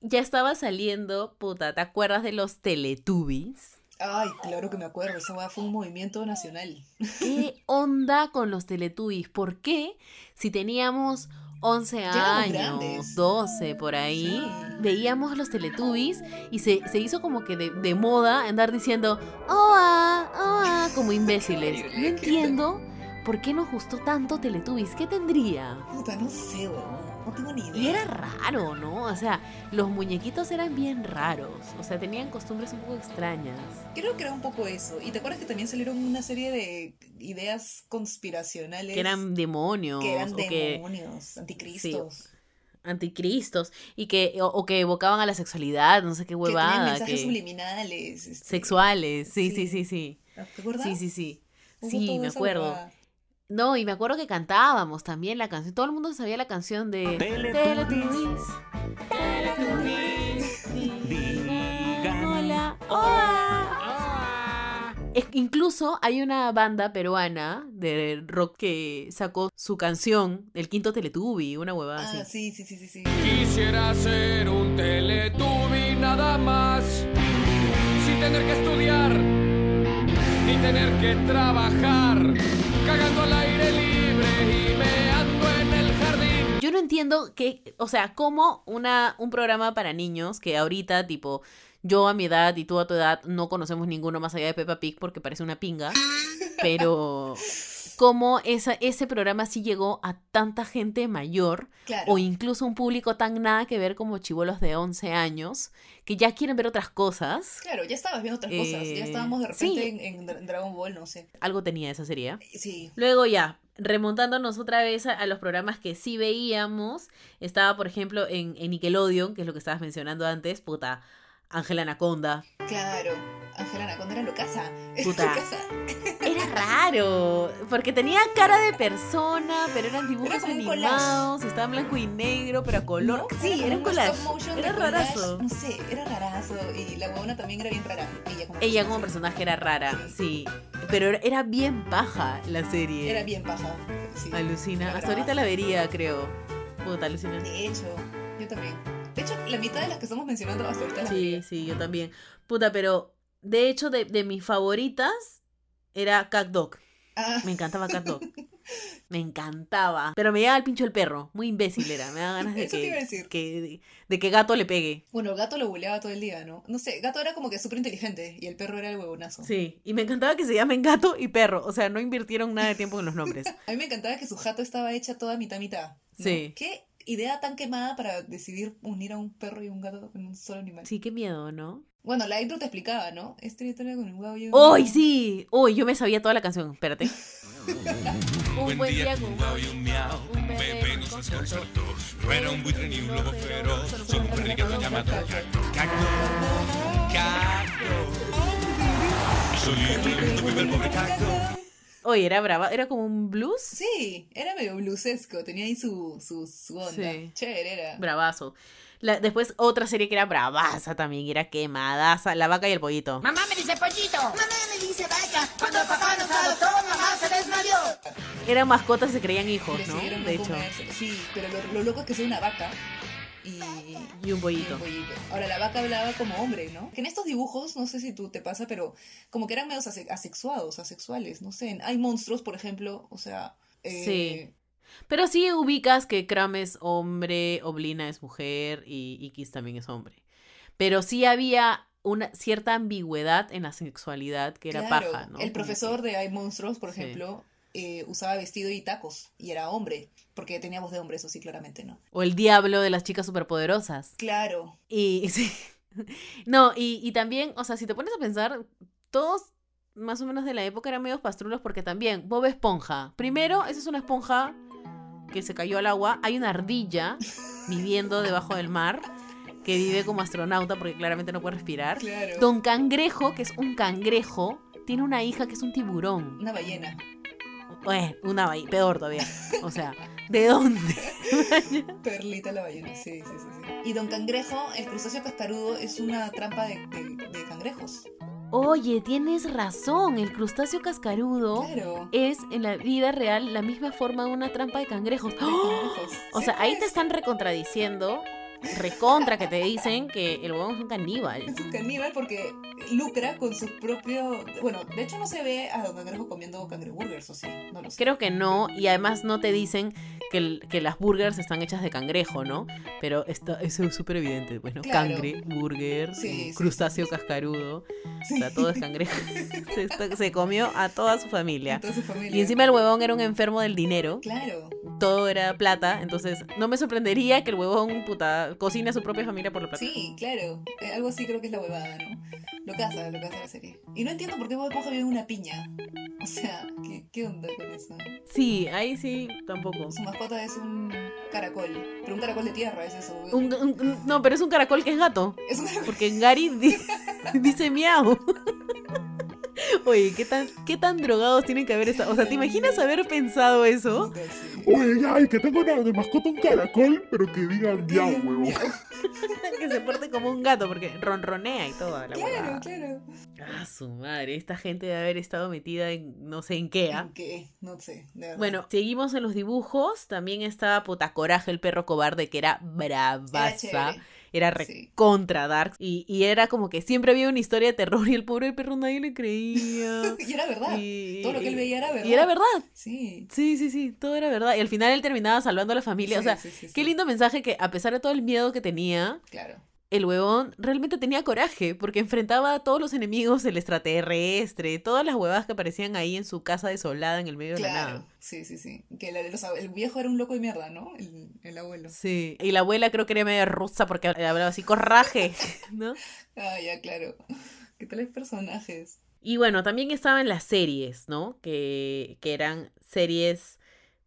Speaker 3: ya estaba saliendo, puta, ¿te acuerdas de los Teletubbies?
Speaker 4: Ay, claro que me acuerdo. Esa weá fue un movimiento nacional.
Speaker 3: ¿Qué onda con los Teletubbies? ¿Por qué si teníamos 11
Speaker 4: éramos
Speaker 3: años,
Speaker 4: grandes.
Speaker 3: 12 por ahí,
Speaker 4: Sí.
Speaker 3: veíamos los Teletubbies y se, se hizo como que de, de moda andar diciendo, ¡Oa! ¡Oa! como imbéciles.
Speaker 4: Horrible,
Speaker 3: No
Speaker 4: qué-
Speaker 3: entiendo por qué nos gustó tanto Teletubbies. ¿Qué tendría?
Speaker 4: Puta, no sé, weón. No tengo ni idea.
Speaker 3: Y era raro, ¿no? O sea, los muñequitos eran bien raros. O sea, tenían costumbres un poco extrañas.
Speaker 4: Creo que era un poco eso. ¿Y te acuerdas que también salieron una serie de ideas conspiracionales?
Speaker 3: Que eran demonios.
Speaker 4: que eran
Speaker 3: o que
Speaker 4: demonios, anticristos.
Speaker 3: anticristos. Y que, o, o que evocaban a la sexualidad, no sé
Speaker 4: que
Speaker 3: qué
Speaker 4: tenían
Speaker 3: huevada.
Speaker 4: mensajes
Speaker 3: que-
Speaker 4: subliminales. este,
Speaker 3: Sexuales. Sí, sí, sí,
Speaker 4: Sí.
Speaker 3: sí.
Speaker 4: ¿Te acuerdas?
Speaker 3: Sí, sí, sí.
Speaker 4: Hubo
Speaker 3: Sí,
Speaker 4: toda
Speaker 3: me
Speaker 4: esa
Speaker 3: acuerdo.
Speaker 4: huevada.
Speaker 3: No, y me acuerdo que cantábamos también la canción. Todo el mundo sabía la canción de Teletubbies. Teletubbies. Digan hola, hola. Es- Incluso hay una banda peruana de rock que sacó su canción, El Quinto Teletubby, una huevada
Speaker 4: Ah, sí,
Speaker 3: así.
Speaker 4: sí, sí, sí, sí.
Speaker 7: Quisiera ser un teletubi nada más, sin tener que estudiar, ni tener que trabajar, cagando al aire libre y meando en el jardín.
Speaker 3: Yo no entiendo que, o sea, cómo una, un programa para niños que ahorita, tipo, yo a mi edad y tú a tu edad no conocemos ninguno más allá de Peppa Pig porque parece una pinga, pero cómo esa, ese programa sí llegó a tanta gente mayor
Speaker 4: Claro.
Speaker 3: o incluso un público tan nada que ver como chivolos de 11 años que ya quieren ver otras cosas.
Speaker 4: Claro, ya estabas viendo otras cosas.
Speaker 3: Eh,
Speaker 4: Ya estábamos de
Speaker 3: sí.
Speaker 4: repente en, en Dra- Dragon Ball, no sé.
Speaker 3: Algo tenía esa serie.
Speaker 4: Sí.
Speaker 3: Luego ya, remontándonos otra vez a, a los programas que sí veíamos, estaba por ejemplo en, en Nickelodeon, que es lo que estabas mencionando antes, puta, Ángela Anaconda.
Speaker 4: Claro. Ángela Anaconda era locasa.
Speaker 3: Puta.
Speaker 4: Locasa.
Speaker 3: Era raro, porque tenía cara de persona, pero eran dibujos
Speaker 4: Era como un collage.
Speaker 3: animados, estaba en blanco y negro, pero a color.
Speaker 4: ¿No?
Speaker 3: Sí, era un
Speaker 4: como
Speaker 3: collage.
Speaker 4: stop motion de
Speaker 3: Era
Speaker 4: collage,
Speaker 3: rarazo.
Speaker 4: No sé, era rarazo. Y la huevona también era bien rara. Ella como,
Speaker 3: Ella como personaje era rara, sí, pero era- era bien paja la serie.
Speaker 4: Era bien paja. Sí.
Speaker 3: Alucina.
Speaker 4: Era
Speaker 3: Hasta ahorita
Speaker 4: bravaza.
Speaker 3: la vería, creo. Puta, alucina.
Speaker 4: De hecho, yo también. De hecho, la mitad de las que estamos mencionando hasta ahorita. las
Speaker 3: Sí,
Speaker 4: veía.
Speaker 3: sí, yo también. Puta, pero de hecho, de, de mis favoritas era Cat Dog.
Speaker 4: Ah,
Speaker 3: Me encantaba
Speaker 4: [LAUGHS]
Speaker 3: Cat Dog. Me encantaba. Pero me llegaba el pincho el perro. Muy imbécil era. Me daba ganas de
Speaker 4: eso te iba a
Speaker 3: que,
Speaker 4: decir.
Speaker 3: que- de, de que gato le pegue.
Speaker 4: Bueno, gato lo buleaba todo el día, ¿no? No sé, gato era como que súper inteligente y el perro era el huevonazo.
Speaker 3: Sí. Y me encantaba que se llamen gato y perro. O sea, no invirtieron nada de tiempo en los nombres.
Speaker 4: A mí me encantaba que su jato estaba hecha toda mitad mitad. ¿no?
Speaker 3: Sí.
Speaker 4: ¿Qué idea tan quemada para decidir unir a un perro y un gato en un solo animal?
Speaker 3: Sí, qué miedo, ¿no?
Speaker 4: Bueno, la intro te explicaba, ¿no? Esta historia con un gato y un
Speaker 3: ¡Uy,
Speaker 4: gato.
Speaker 3: sí! ¡Uy, yo me sabía toda la canción! Espérate.
Speaker 8: Un buen día con un guau y un miau, un bebé nos desconcertó. No era un buitre ni un lobo feroz, solo un perrito llamado Cacto. Cacto, Cacto. Solito le gustó vivir el pobre Cacto.
Speaker 3: Oye, era brava. Era como un blues.
Speaker 4: Sí, era medio blusesco, tenía ahí su, su, su onda.
Speaker 3: Sí.
Speaker 4: Chévere era.
Speaker 3: Bravazo. La- después otra serie que era bravaza también, era quemadaza, La vaca y el pollito.
Speaker 5: Mamá me dice pollito. Mamá me dice vaca. Cuando papá nos adoptó, mamá se desmayó.
Speaker 3: Eran mascotas que se creían hijos, ¿no?
Speaker 4: Decidieron
Speaker 3: De
Speaker 4: no
Speaker 3: hecho.
Speaker 4: comerse. Sí, pero lo, lo loco es que sea una vaca y,
Speaker 3: Y un
Speaker 4: y
Speaker 3: pollito.
Speaker 4: un pollito. Ahora, la vaca hablaba como hombre, ¿no? Que en estos dibujos, no sé si tú te pasa, pero como que eran medios ase- asexuados, asexuales, no sé. Hay monstruos, por ejemplo, o sea... eh,
Speaker 3: Sí. Pero sí ubicas que Kram es hombre, Oblina es mujer y Ikis también es hombre. Pero sí había una cierta ambigüedad en la sexualidad que era
Speaker 4: claro,
Speaker 3: paja, ¿no?
Speaker 4: El
Speaker 3: Como
Speaker 4: profesor de Hay monstruos, por
Speaker 3: Sí.
Speaker 4: ejemplo, eh, usaba vestido y tacos y era hombre, porque tenía voz de hombre, eso sí, claramente, ¿no?
Speaker 3: que- O el diablo de las chicas superpoderosas.
Speaker 4: Claro,
Speaker 3: Y [LAUGHS] y sí. No, y, y también, o sea, si te pones a pensar, todos más o menos de la época eran medios pastrulos porque también Bob Esponja. Primero, esa es una esponja que se cayó al agua. Hay una ardilla viviendo debajo del mar que vive como astronauta porque claramente no puede respirar.
Speaker 4: claro.
Speaker 3: Don Cangrejo, que es un cangrejo, tiene una hija que es un tiburón.
Speaker 4: Una ballena.
Speaker 3: Bueno, una bahía, peor todavía. O sea, ¿de dónde?
Speaker 4: Perlita la ballena, sí, sí, sí, sí. Y Don Cangrejo, el crustáceo cascarudo, es una trampa de, de- de cangrejos.
Speaker 3: Oye, tienes razón, el crustáceo cascarudo.
Speaker 4: Claro.
Speaker 3: es en la vida real la misma forma de una trampa de cangrejos.
Speaker 4: de cangrejos.
Speaker 3: [GASPS] O sea,
Speaker 4: Sí,
Speaker 3: ahí te
Speaker 4: pues,
Speaker 3: están recontradiciendo, recontra que te dicen que el huevón es un caníbal.
Speaker 4: Es un caníbal porque lucra con su propio. Bueno, de hecho no se ve a Don Cangrejo comiendo cangreburgers, o sí, no lo sé.
Speaker 3: Creo que no, y además no te dicen que, el- que las burgers están hechas de cangrejo, ¿no? Pero esto, eso es súper evidente. Bueno,
Speaker 4: Claro.
Speaker 3: cangre, burger,
Speaker 4: Sí,
Speaker 3: eh,
Speaker 4: sí,
Speaker 3: crustáceo cascarudo, o
Speaker 4: Sí.
Speaker 3: sea, todo es cangrejo. se, está- se comió a toda su
Speaker 4: [LAUGHS]
Speaker 3: familia.
Speaker 4: Toda su familia.
Speaker 3: Y encima el huevón era un enfermo del dinero.
Speaker 4: Claro,
Speaker 3: todo era plata, entonces no me sorprendería que el huevón puta cocine a su propia familia por la plata.
Speaker 4: sí, claro. Eh, algo así creo que es la huevada, ¿no? Lo casa, lo casa la serie. Y no entiendo por qué Bob Esponja vive en una piña. O sea, ¿qué, qué onda con eso?
Speaker 3: Sí, ahí sí, tampoco.
Speaker 4: Su mascota es un caracol, pero un caracol de tierra es eso.
Speaker 3: Un- un- un- no, pero es un caracol que es gato,
Speaker 4: Es un caracol.
Speaker 3: porque Gary [LAUGHS] di- dice miau. [LAUGHS] Oye, ¿qué tan, ¿qué tan drogados tienen que haber estado? O sea, ¿te imaginas haber pensado eso? [LAUGHS]
Speaker 4: Puta, sí.
Speaker 6: Oye, ay, que tengo una de mascota un caracol, pero que digan ya, huevo.
Speaker 3: que se porte como un gato, porque ronronea y todo. La
Speaker 4: Claro,
Speaker 3: huevada.
Speaker 4: claro.
Speaker 3: Ah, su madre, esta gente de haber estado metida en no sé en qué. ¿ah?
Speaker 4: ¿Qué? No sé, de verdad.
Speaker 3: Bueno, seguimos en los dibujos. También estaba puta Coraje, el perro cobarde, que era
Speaker 4: Era
Speaker 3: bravaza.
Speaker 4: chévere.
Speaker 3: Era
Speaker 4: Sí.
Speaker 3: recontra Dark. Y, y era como que siempre había una historia de terror y el pobre perro nadie le creía.
Speaker 4: Y era [LAUGHS] verdad.
Speaker 3: Y-
Speaker 4: Todo lo que él veía era verdad.
Speaker 3: Y era verdad.
Speaker 4: Sí.
Speaker 3: Sí, sí, sí. Todo era verdad. Y al final él terminaba salvando a la familia. o
Speaker 4: Sí,
Speaker 3: sea,
Speaker 4: sí, sí, sí.
Speaker 3: qué lindo mensaje que a pesar de todo el miedo que tenía,
Speaker 4: Claro.
Speaker 3: el huevón realmente tenía coraje porque enfrentaba a todos los enemigos, el extraterrestre, todas las huevadas que aparecían ahí en su casa desolada en el medio de la
Speaker 4: Claro,
Speaker 3: nada.
Speaker 4: sí, sí, sí. Que el, los ab- el viejo era un loco de mierda, ¿no? El, el abuelo.
Speaker 3: Sí, y la abuela creo que era medio rusa porque hablaba así, coraje, [LAUGHS] ¿no?
Speaker 4: Ah, ya, claro. [LAUGHS] ¿Qué tales personajes?
Speaker 3: Y bueno, también estaban las series, ¿no? Que, que eran series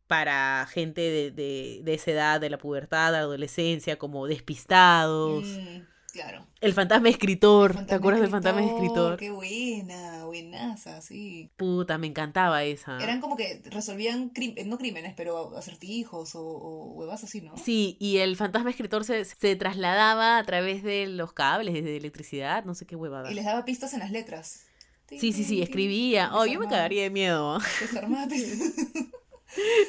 Speaker 3: para gente de, de, de esa edad, de la pubertad, de la adolescencia, como Despistados,
Speaker 4: Mm, claro.
Speaker 3: El Fantasma Escritor, ¿te
Speaker 4: Fantasma
Speaker 3: acuerdas del Fantasma Escritor?
Speaker 4: Qué buena, buenaza, sí.
Speaker 3: Puta, me encantaba esa.
Speaker 4: Eran como que resolvían, crí- no crímenes, pero acertijos o, o huevas así, ¿no?
Speaker 3: Sí, y el Fantasma Escritor se, se trasladaba a través de los cables, de electricidad, no sé qué huevada.
Speaker 4: Y les daba pistas en las letras.
Speaker 3: Sí, sí, sí, escribía. Oh, yo me
Speaker 4: [LAUGHS]
Speaker 3: cagaría de miedo. ¿ah?
Speaker 4: Desarmaba pistas. [LAUGHS]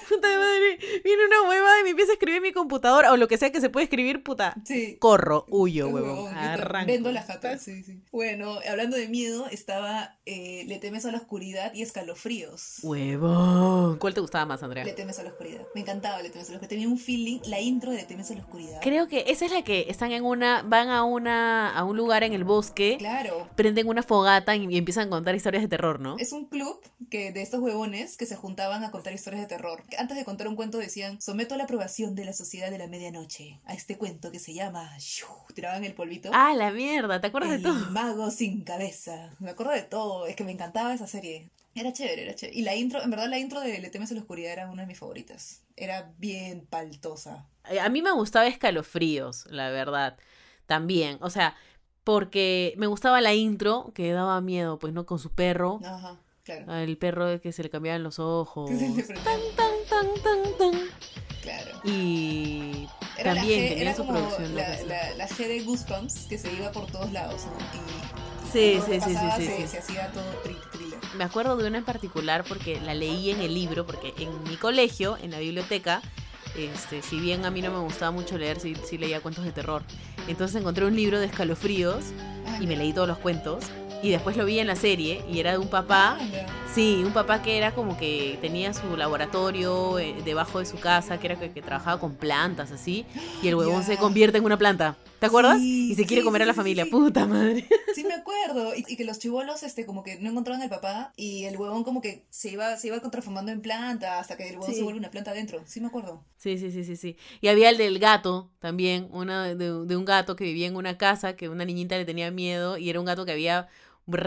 Speaker 3: Puta de madre, viene una huevada y me empieza a escribir en mi computadora o lo que sea que se puede escribir, puta.
Speaker 4: Sí.
Speaker 3: Corro, huyo,
Speaker 4: Huevón,
Speaker 3: huevón.
Speaker 4: puta,
Speaker 3: Arranco.
Speaker 4: Vendo la jata, sí, sí. Bueno, hablando de miedo, estaba eh, Le temes a la oscuridad y escalofríos.
Speaker 3: Huevón. ¿Cuál te gustaba más,
Speaker 4: Le
Speaker 3: Andrea?
Speaker 4: temes a la oscuridad. Me encantaba Le temes a la oscuridad. Tenía un feeling, la intro de Le temes a la oscuridad.
Speaker 3: Creo que esa es la que están en una, van a una, a un lugar en el bosque,
Speaker 4: Claro.
Speaker 3: prenden una fogata y, y empiezan a contar historias de terror, ¿no?
Speaker 4: Es un club que de estos huevones que se juntaban a contar historias de terror. Antes de contar un cuento decían, someto a la aprobación de la sociedad de la medianoche a este cuento que se llama... Shiu". Tiraban el polvito.
Speaker 3: Ah, la mierda, ¿te acuerdas
Speaker 4: el
Speaker 3: de todo?
Speaker 4: mago sin cabeza. Me acuerdo de todo. Es que me encantaba esa serie. Era chévere, era chévere. Y la intro, en verdad la intro de Le temes a la oscuridad era una de mis favoritas. Era bien paltosa.
Speaker 3: Eh, A mí me gustaba Escalofríos, la verdad. También, o sea, porque me gustaba la intro que daba miedo, pues no con su perro,
Speaker 4: Ajá, [LAUGHS] claro.
Speaker 3: el perro que se le cambiaban los ojos.
Speaker 4: Que se le prendía.
Speaker 3: Ah, Tan tan tan tan.
Speaker 4: Claro.
Speaker 3: Y
Speaker 4: Era
Speaker 3: También
Speaker 4: la G,
Speaker 3: tenía
Speaker 4: era
Speaker 3: su
Speaker 4: como
Speaker 3: producción, ¿no?
Speaker 4: la, la- la G de Goosebumps que se iba por todos lados, ¿no? Y
Speaker 3: sí,
Speaker 4: todo lo
Speaker 3: sí,
Speaker 4: que
Speaker 3: sí, sí,
Speaker 4: pasaba
Speaker 3: sí,
Speaker 4: se,
Speaker 3: sí.
Speaker 4: se hacía todo tri- thriller.
Speaker 3: Me acuerdo de una en particular porque la leí en el libro, porque en mi colegio, en la biblioteca, este, si bien a mí no me gustaba mucho leer, sí, sí leía cuentos de terror. Entonces encontré un libro de escalofríos
Speaker 4: Ah,
Speaker 3: y me leí todos los cuentos. Y después lo vi en la serie y era de un papá.
Speaker 4: anda.
Speaker 3: Sí, un papá que era como que tenía su laboratorio eh, debajo de su casa, que era que, que trabajaba con plantas así, y el huevón se
Speaker 4: Ya.
Speaker 3: convierte en una planta. ¿Te acuerdas?
Speaker 4: Sí,
Speaker 3: y se quiere
Speaker 4: sí,
Speaker 3: comer a
Speaker 4: sí,
Speaker 3: la
Speaker 4: sí,
Speaker 3: familia.
Speaker 4: sí.
Speaker 3: Puta madre. [LAUGHS]
Speaker 4: Sí, me acuerdo. Y, y que los chivolos, este, como que no encontraban al papá y el huevón como que se iba, se iba transformando en planta hasta que el huevón
Speaker 3: Sí.
Speaker 4: se vuelve una planta adentro. Sí, me acuerdo.
Speaker 3: Sí, sí, sí, sí, sí. Y había el del gato también, una de, de un gato que vivía en una casa que una niñita le tenía miedo y era un gato que había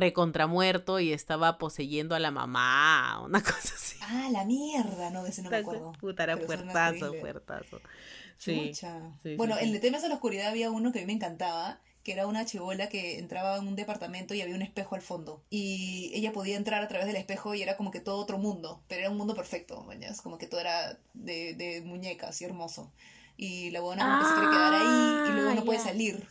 Speaker 3: recontramuerto y estaba poseyendo a la mamá, una [LAUGHS] cosa así.
Speaker 4: Ah, la mierda. No, de ese no me acuerdo.
Speaker 3: Puta, era
Speaker 4: Pero suena
Speaker 3: puertazo,
Speaker 4: horrible.
Speaker 3: puertazo. Sí.
Speaker 4: Chucha.
Speaker 3: Sí, sí,
Speaker 4: bueno,
Speaker 3: sí.
Speaker 4: en el Temes a la Oscuridad había uno que a mí me encantaba, que era una chibola que entraba en un departamento y había un espejo al fondo. Y ella podía entrar a través del espejo y era como que todo otro mundo, pero era un mundo perfecto, mañas. Como que todo era de, de muñecas y hermoso. Y la buena como que se quiere quedar ahí y luego no
Speaker 3: Ah,
Speaker 4: puede
Speaker 3: ya.
Speaker 4: salir.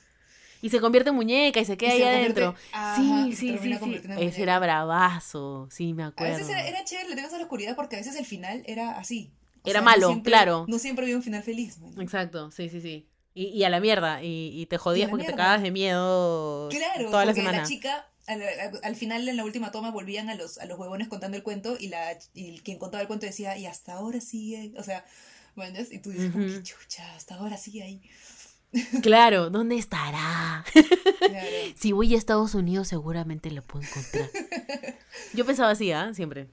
Speaker 3: Y se convierte en muñeca y se queda
Speaker 4: Y
Speaker 3: ahí
Speaker 4: se convierte-
Speaker 3: adentro.
Speaker 4: Ajá, y
Speaker 3: sí,
Speaker 4: se
Speaker 3: sí,
Speaker 4: termina
Speaker 3: sí, sí.
Speaker 4: convirtiendo en
Speaker 3: Ese
Speaker 4: muñeca.
Speaker 3: era bravazo, sí, me
Speaker 4: A
Speaker 3: acuerdo.
Speaker 4: veces era, era chévere, le temes a la oscuridad porque a veces el final era así.
Speaker 3: Era malo,
Speaker 4: siempre-
Speaker 3: claro.
Speaker 4: No siempre había un final feliz. man.
Speaker 3: Exacto, sí, sí, sí. Y, y a la mierda, y, y te jodías
Speaker 4: la
Speaker 3: porque te
Speaker 4: mierda.
Speaker 3: cagabas de miedo
Speaker 4: Claro,
Speaker 3: toda la
Speaker 4: porque
Speaker 3: semana.
Speaker 4: la chica, al, al- al final en la última toma volvían a los, a los huevones contando el cuento y, la, y quien contaba el cuento decía, y hasta ahora sigue, o sea, bueno, y tú dices, como que,
Speaker 3: Ujú.
Speaker 4: chucha, hasta ahora sigue
Speaker 3: [LAUGHS]
Speaker 4: ahí.
Speaker 3: Claro, ¿dónde estará? [LAUGHS]
Speaker 4: Claro.
Speaker 3: Si voy a Estados Unidos seguramente lo puedo encontrar. Yo pensaba así, ¿ah? Siempre.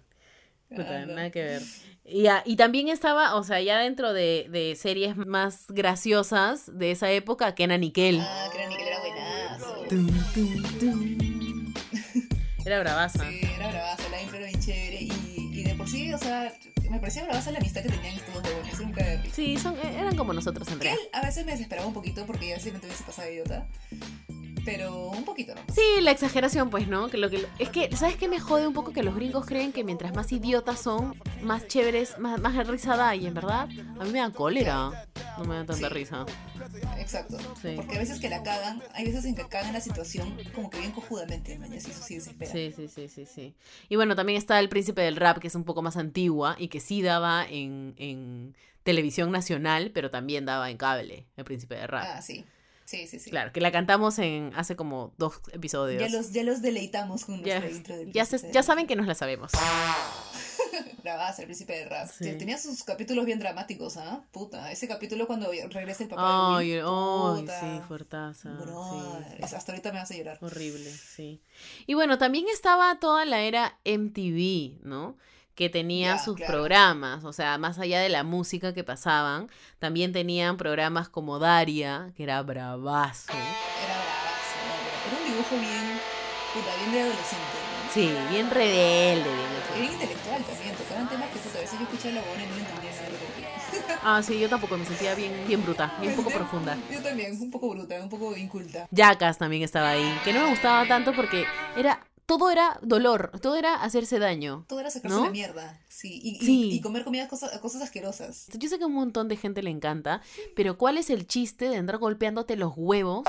Speaker 3: Puta,
Speaker 4: Ah, no.
Speaker 3: nada que ver. Y, ah, y también estaba, o sea, ya dentro de, de series más graciosas de esa época, que era Nickel.
Speaker 4: Ah, creo que era buenazo.
Speaker 3: Era bravaza.
Speaker 4: Sí, era bravazo, la intro era bien chévere y, y de por sí, o sea, me parecía bravaza la amistad que tenían estos dos huevones, era un cague de risa.
Speaker 3: Sí, son, e- eran como nosotros,
Speaker 4: Que
Speaker 3: Andrea.
Speaker 4: a veces me desesperaba un poquito porque ya siempre se pasaba idiota, pero un poquito no.
Speaker 3: Sí, la exageración, pues, ¿no? Que lo que, es que, ¿sabes qué me jode un poco? Que los gringos creen que mientras más idiotas son, más chéveres, más, más risa da. Y en verdad, a mí me da cólera. No me da tanta
Speaker 4: Sí.
Speaker 3: risa.
Speaker 4: Exacto.
Speaker 3: Sí.
Speaker 4: Porque a veces que la cagan, hay veces en que cagan la situación como que bien cojudamente, mañas, y eso sí desespera.
Speaker 3: Sí, sí, sí, sí, sí. Y bueno, también está El Príncipe del Rap, que es un poco más antigua y que sí daba en, en televisión nacional, pero también daba en cable, El Príncipe del Rap.
Speaker 4: Ah, sí. Sí, sí, sí.
Speaker 3: Claro, que la cantamos en hace como dos episodios.
Speaker 4: Ya los, ya los deleitamos con
Speaker 3: Ya-
Speaker 4: nuestra intro del
Speaker 3: ya se-
Speaker 4: príncipe.
Speaker 3: ya saben que nos la sabemos.
Speaker 4: Bravazo, el príncipe del rap.
Speaker 3: Sí.
Speaker 4: Te- Tenía sus capítulos bien dramáticos, ¿ah? Puta, ese capítulo cuando regresa el papá de Will.
Speaker 3: Ay, ay,
Speaker 4: Puta.
Speaker 3: sí, fuertaza.
Speaker 4: Brother,
Speaker 3: sí.
Speaker 4: es- hasta ahorita me hace llorar.
Speaker 3: Horrible, sí. Y bueno, también estaba toda la era MTV, ¿no? Que tenía
Speaker 4: Ya,
Speaker 3: sus
Speaker 4: claro.
Speaker 3: programas, o sea, más allá de la música que pasaban, también tenían programas como Daria, que era bravazo.
Speaker 4: Era bravazo, ¿no? Era un dibujo bien, puta, bien de adolescente. ¿no?
Speaker 3: Sí, bien rebelde, bien
Speaker 4: Era intelectual también, tocaban temas que puta, a veces yo escuchaba la buena y no entendía nada de lo que
Speaker 3: Ah, sí, yo tampoco me sentía bien, bien bruta, bien poco
Speaker 4: Entendía-
Speaker 3: profunda.
Speaker 4: Yo también, un poco bruta, un poco inculta.
Speaker 3: Jackass también estaba ahí, que no me gustaba tanto porque era, todo era dolor, todo era hacerse daño.
Speaker 4: Todo era sacarse
Speaker 3: ¿No?
Speaker 4: la mierda, sí. Y, y-
Speaker 3: Sí.
Speaker 4: y comer comidas cosas, cosas asquerosas.
Speaker 3: Yo sé que a un montón de gente le encanta, pero ¿cuál es el chiste de andar golpeándote los huevos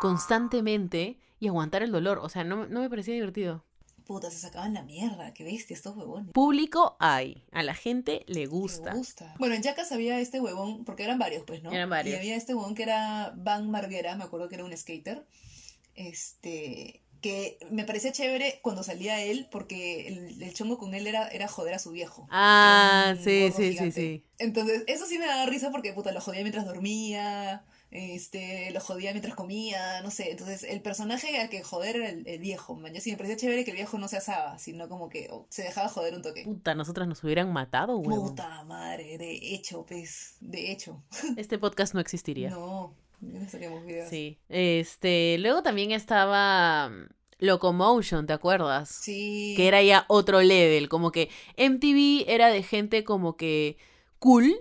Speaker 3: constantemente y aguantar el dolor? O sea, no, no me parecía divertido.
Speaker 4: Puta, se sacaban la mierda, qué bestia estos huevones.
Speaker 3: Público hay, a la gente le
Speaker 4: Me
Speaker 3: gusta.
Speaker 4: gusta. Bueno, en Jackass había este huevón, porque eran varios, pues, ¿no?
Speaker 3: Eran varios.
Speaker 4: Y había este huevón que era Van Marguera, me acuerdo que era un skater. Este. Que me parecía chévere cuando salía él, porque el, el chongo con él era, era joder a su viejo.
Speaker 3: Ah,
Speaker 4: Era un
Speaker 3: sí,
Speaker 4: gordo
Speaker 3: sí, sí,
Speaker 4: gigante.
Speaker 3: sí.
Speaker 4: Entonces, eso sí me daba risa porque, puta, lo jodía mientras dormía, este, lo jodía mientras comía, no sé. Entonces, el personaje al que joder era el, el viejo, man. Yo sí me parecía chévere que el viejo no se asaba, sino como que oh, se dejaba joder un toque.
Speaker 3: Puta, nosotras nos hubieran matado, huevo.
Speaker 4: Puta madre, de hecho, pues, de hecho.
Speaker 3: Este podcast no existiría.
Speaker 4: No, no saquemos videos.
Speaker 3: Sí. Este, luego también estaba mm, Locomotion, ¿te acuerdas?
Speaker 4: Sí.
Speaker 3: que era ya otro level, como que MTV era de gente como que cool,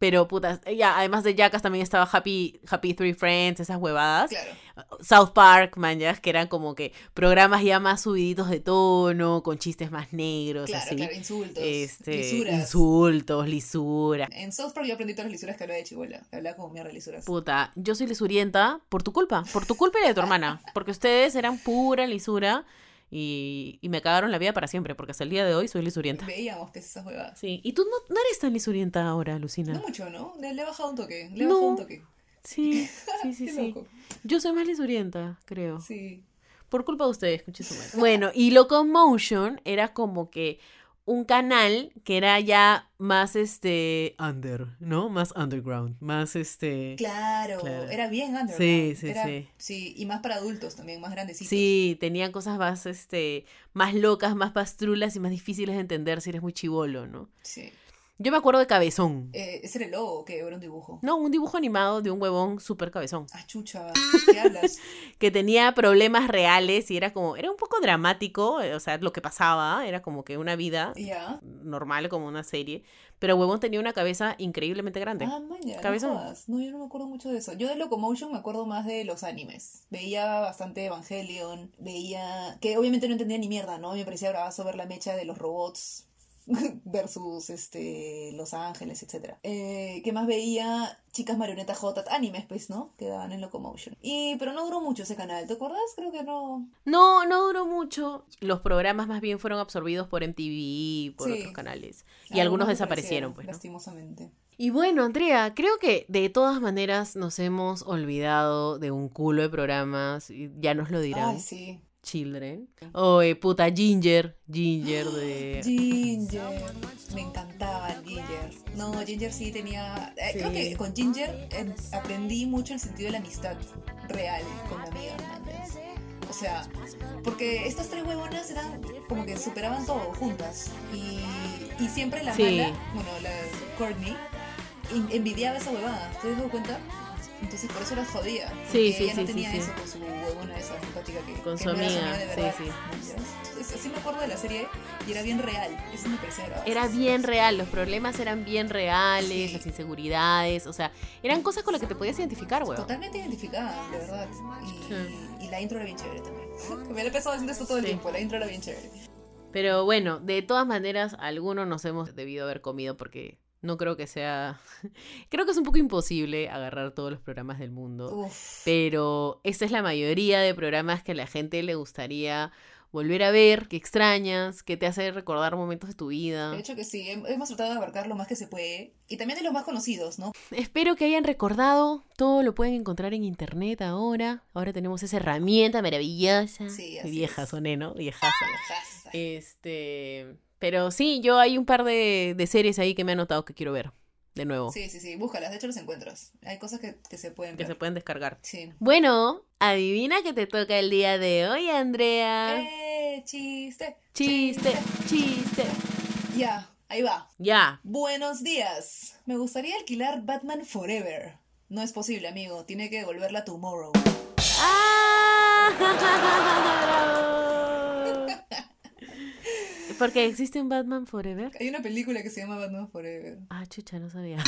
Speaker 3: pero putas, ya, además de Jackass también estaba Happy, Happy Three Friends, esas huevadas,
Speaker 4: Claro.
Speaker 3: South Park, man, ya, que eran como que programas ya más subiditos de tono, con chistes más negros,
Speaker 4: Claro,
Speaker 3: así,
Speaker 4: claro, insultos,
Speaker 3: este,
Speaker 4: lisuras.
Speaker 3: insultos, lisuras.
Speaker 4: En South Park yo aprendí todas las lisuras que hablaba de Chihuahua, que hablaba como mierda de lisuras.
Speaker 3: Puta, yo soy lisurienta por tu culpa, por tu culpa y la de tu hermana, porque ustedes eran pura lisura y, y me cagaron la vida para siempre, porque hasta el día de hoy soy lisurienta.
Speaker 4: Veíamos pues esas huevadas.
Speaker 3: Sí, y tú no, no eres tan lisurienta ahora, Lucina.
Speaker 4: No mucho, ¿no? Le, le he bajado un toque, le he
Speaker 3: No.
Speaker 4: bajado un toque. [LAUGHS]
Speaker 3: Sí, sí, sí,
Speaker 4: Qué
Speaker 3: sí.
Speaker 4: loco.
Speaker 3: Yo soy más lisurienta, creo.
Speaker 4: Sí.
Speaker 3: Por culpa de ustedes, escuché su madre. Bueno, y Locomotion era como que un canal que era ya más este under, ¿no? Más underground, más este
Speaker 4: Claro,
Speaker 3: Claro.
Speaker 4: era bien underground.
Speaker 3: Sí, sí,
Speaker 4: era-
Speaker 3: sí.
Speaker 4: y más para adultos también, más grandecitos.
Speaker 3: Sí, tenían cosas más este más locas, más pastrulas y más difíciles de entender si eres muy chivolo, ¿no?
Speaker 4: Sí.
Speaker 3: Yo me acuerdo de Cabezón.
Speaker 4: Eh, ese era el lobo que era un dibujo.
Speaker 3: No, un dibujo animado de un huevón super cabezón.
Speaker 4: Ah, chucha, ¿qué hablas? [LAUGHS]
Speaker 3: que tenía problemas reales y era como, era un poco dramático, eh, o sea, lo que pasaba, era como que una vida
Speaker 4: ya.
Speaker 3: normal, como una serie, pero Huevón tenía una cabeza increíblemente grande.
Speaker 4: Ah, maña,
Speaker 3: Cabezón.
Speaker 4: no, jodas. no, yo no me acuerdo mucho de eso. Yo de Locomotion me acuerdo más de los animes. Veía bastante Evangelion, veía... Que obviamente no entendía ni mierda, ¿no? Me parecía bravazo ver la mecha de los robots [LAUGHS] versus este Los Ángeles, etcétera. Eh, ¿Qué más veía? Chicas marionetas Jotas, animes, pues, ¿no? Que daban en Locomotion. Y, pero no duró mucho ese canal, ¿te acuerdas? Creo que no.
Speaker 3: No, no duró mucho. Los programas más bien fueron absorbidos por MTV, por
Speaker 4: Sí.
Speaker 3: otros canales. Y algunos desaparecieron, pues, ¿no?
Speaker 4: Lastimosamente.
Speaker 3: Y bueno, Andrea, creo que de todas maneras nos hemos olvidado de un culo de programas, y ya nos lo dirán.
Speaker 4: Ay, sí.
Speaker 3: Children. Oh, eh, puta, Ginger, Ginger
Speaker 4: [GASPS]
Speaker 3: de...
Speaker 4: Ginger. Me encantaba el Ginger. No, Ginger sí tenía. eh, Creo
Speaker 3: Sí.
Speaker 4: que con Ginger eh, aprendí mucho el sentido de la amistad real con la amiga. ¿mañas? O sea, porque estas tres huevonas eran como que superaban todo juntas. Y, y siempre la
Speaker 3: Sí.
Speaker 4: mala, bueno, la Courtney, en- envidiaba esa huevada. ¿Te has dado cuenta? Entonces por eso la jodía.
Speaker 3: Sí,
Speaker 4: porque
Speaker 3: sí,
Speaker 4: ella no
Speaker 3: sí, sí,
Speaker 4: tenía
Speaker 3: sí.
Speaker 4: eso con su huevona esa simpática que
Speaker 3: Con
Speaker 4: que
Speaker 3: su
Speaker 4: no era
Speaker 3: amiga,
Speaker 4: de
Speaker 3: sí,
Speaker 4: verdad,
Speaker 3: sí.
Speaker 4: ¿mañas? Entonces, así me acuerdo de la serie y era bien real. Eso me parecía grabado.
Speaker 3: Era bien real, los problemas eran bien reales, las inseguridades, o sea, eran cosas con las que te podías identificar, weón.
Speaker 4: Totalmente identificada, de verdad. Y,
Speaker 3: Sí.
Speaker 4: y la intro era bien chévere también. [LAUGHS] Me la he pasado haciendo esto todo el
Speaker 3: Sí.
Speaker 4: tiempo. La intro era bien chévere.
Speaker 3: Pero bueno, de todas maneras, algunos nos hemos debido haber comido porque no creo que sea. [LAUGHS] creo que es un poco imposible agarrar todos los programas del mundo.
Speaker 4: Uf.
Speaker 3: Pero esta es la mayoría de programas que a la gente le gustaría volver a ver, que extrañas, que te hace recordar momentos de tu vida.
Speaker 4: De hecho que sí, hem- hemos tratado de abarcar lo más que se puede. Y también de los más conocidos, ¿no?
Speaker 3: Espero que hayan recordado. Todo lo pueden encontrar en internet ahora. Ahora tenemos esa herramienta maravillosa.
Speaker 4: Sí,
Speaker 3: Qué
Speaker 4: así
Speaker 3: vieja
Speaker 4: es.
Speaker 3: soné, ¿no? Viejaza.
Speaker 4: Raza.
Speaker 3: Este. Pero sí, yo hay un par de, de series ahí que me he anotado que quiero ver de nuevo,
Speaker 4: Sí, sí, sí, búscalas, de hecho las encuentras. Hay cosas que, que se pueden
Speaker 3: que
Speaker 4: ver.
Speaker 3: se pueden descargar.
Speaker 4: Sí.
Speaker 3: Bueno, adivina que te toca el día de hoy, Andrea.
Speaker 4: ¡Eh, chiste!
Speaker 3: Ah. chiste, chiste.
Speaker 4: Ya, ahí va.
Speaker 3: Ya.
Speaker 4: Buenos días. Me gustaría alquilar Batman Forever. No es posible, amigo. Tiene que devolverla tomorrow.
Speaker 3: ¡Ah! Bravo. [LAUGHS] Porque existe un Batman Forever.
Speaker 4: Hay una película que se llama Batman Forever.
Speaker 3: Ah, chucha, no sabía.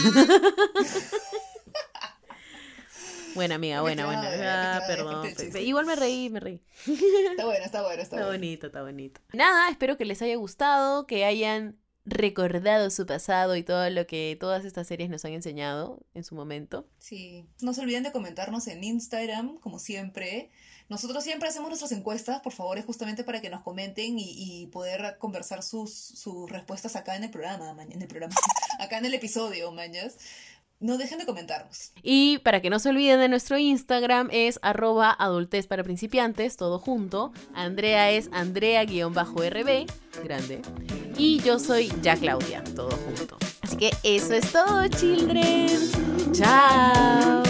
Speaker 3: buena amiga, buena, buena.
Speaker 4: Claro,
Speaker 3: Ah,
Speaker 4: claro,
Speaker 3: perdón.
Speaker 4: parte del
Speaker 3: pe-
Speaker 4: chiste.
Speaker 3: Igual me reí, me reí.
Speaker 4: Está bueno, está bueno, está
Speaker 3: Está
Speaker 4: bueno.
Speaker 3: bonito, está bonito. Nada, espero que les haya gustado, que hayan recordado su pasado y todo lo que todas estas series nos han enseñado en su momento.
Speaker 4: Sí. No se olviden de comentarnos en Instagram, como siempre. Nosotros siempre hacemos nuestras encuestas, por favor, es justamente para que nos comenten y, y poder conversar sus, sus respuestas acá en el programa, maña- en el programa, [LAUGHS] acá en el episodio, mañas. No dejen de comentarnos.
Speaker 3: Y para que no se olviden de nuestro Instagram es arroba adultez para principiantes, todo junto. Andrea es Andrea-RB, grande. Y yo soy ya Claudia, todo junto. Así que eso es todo, children. Chao.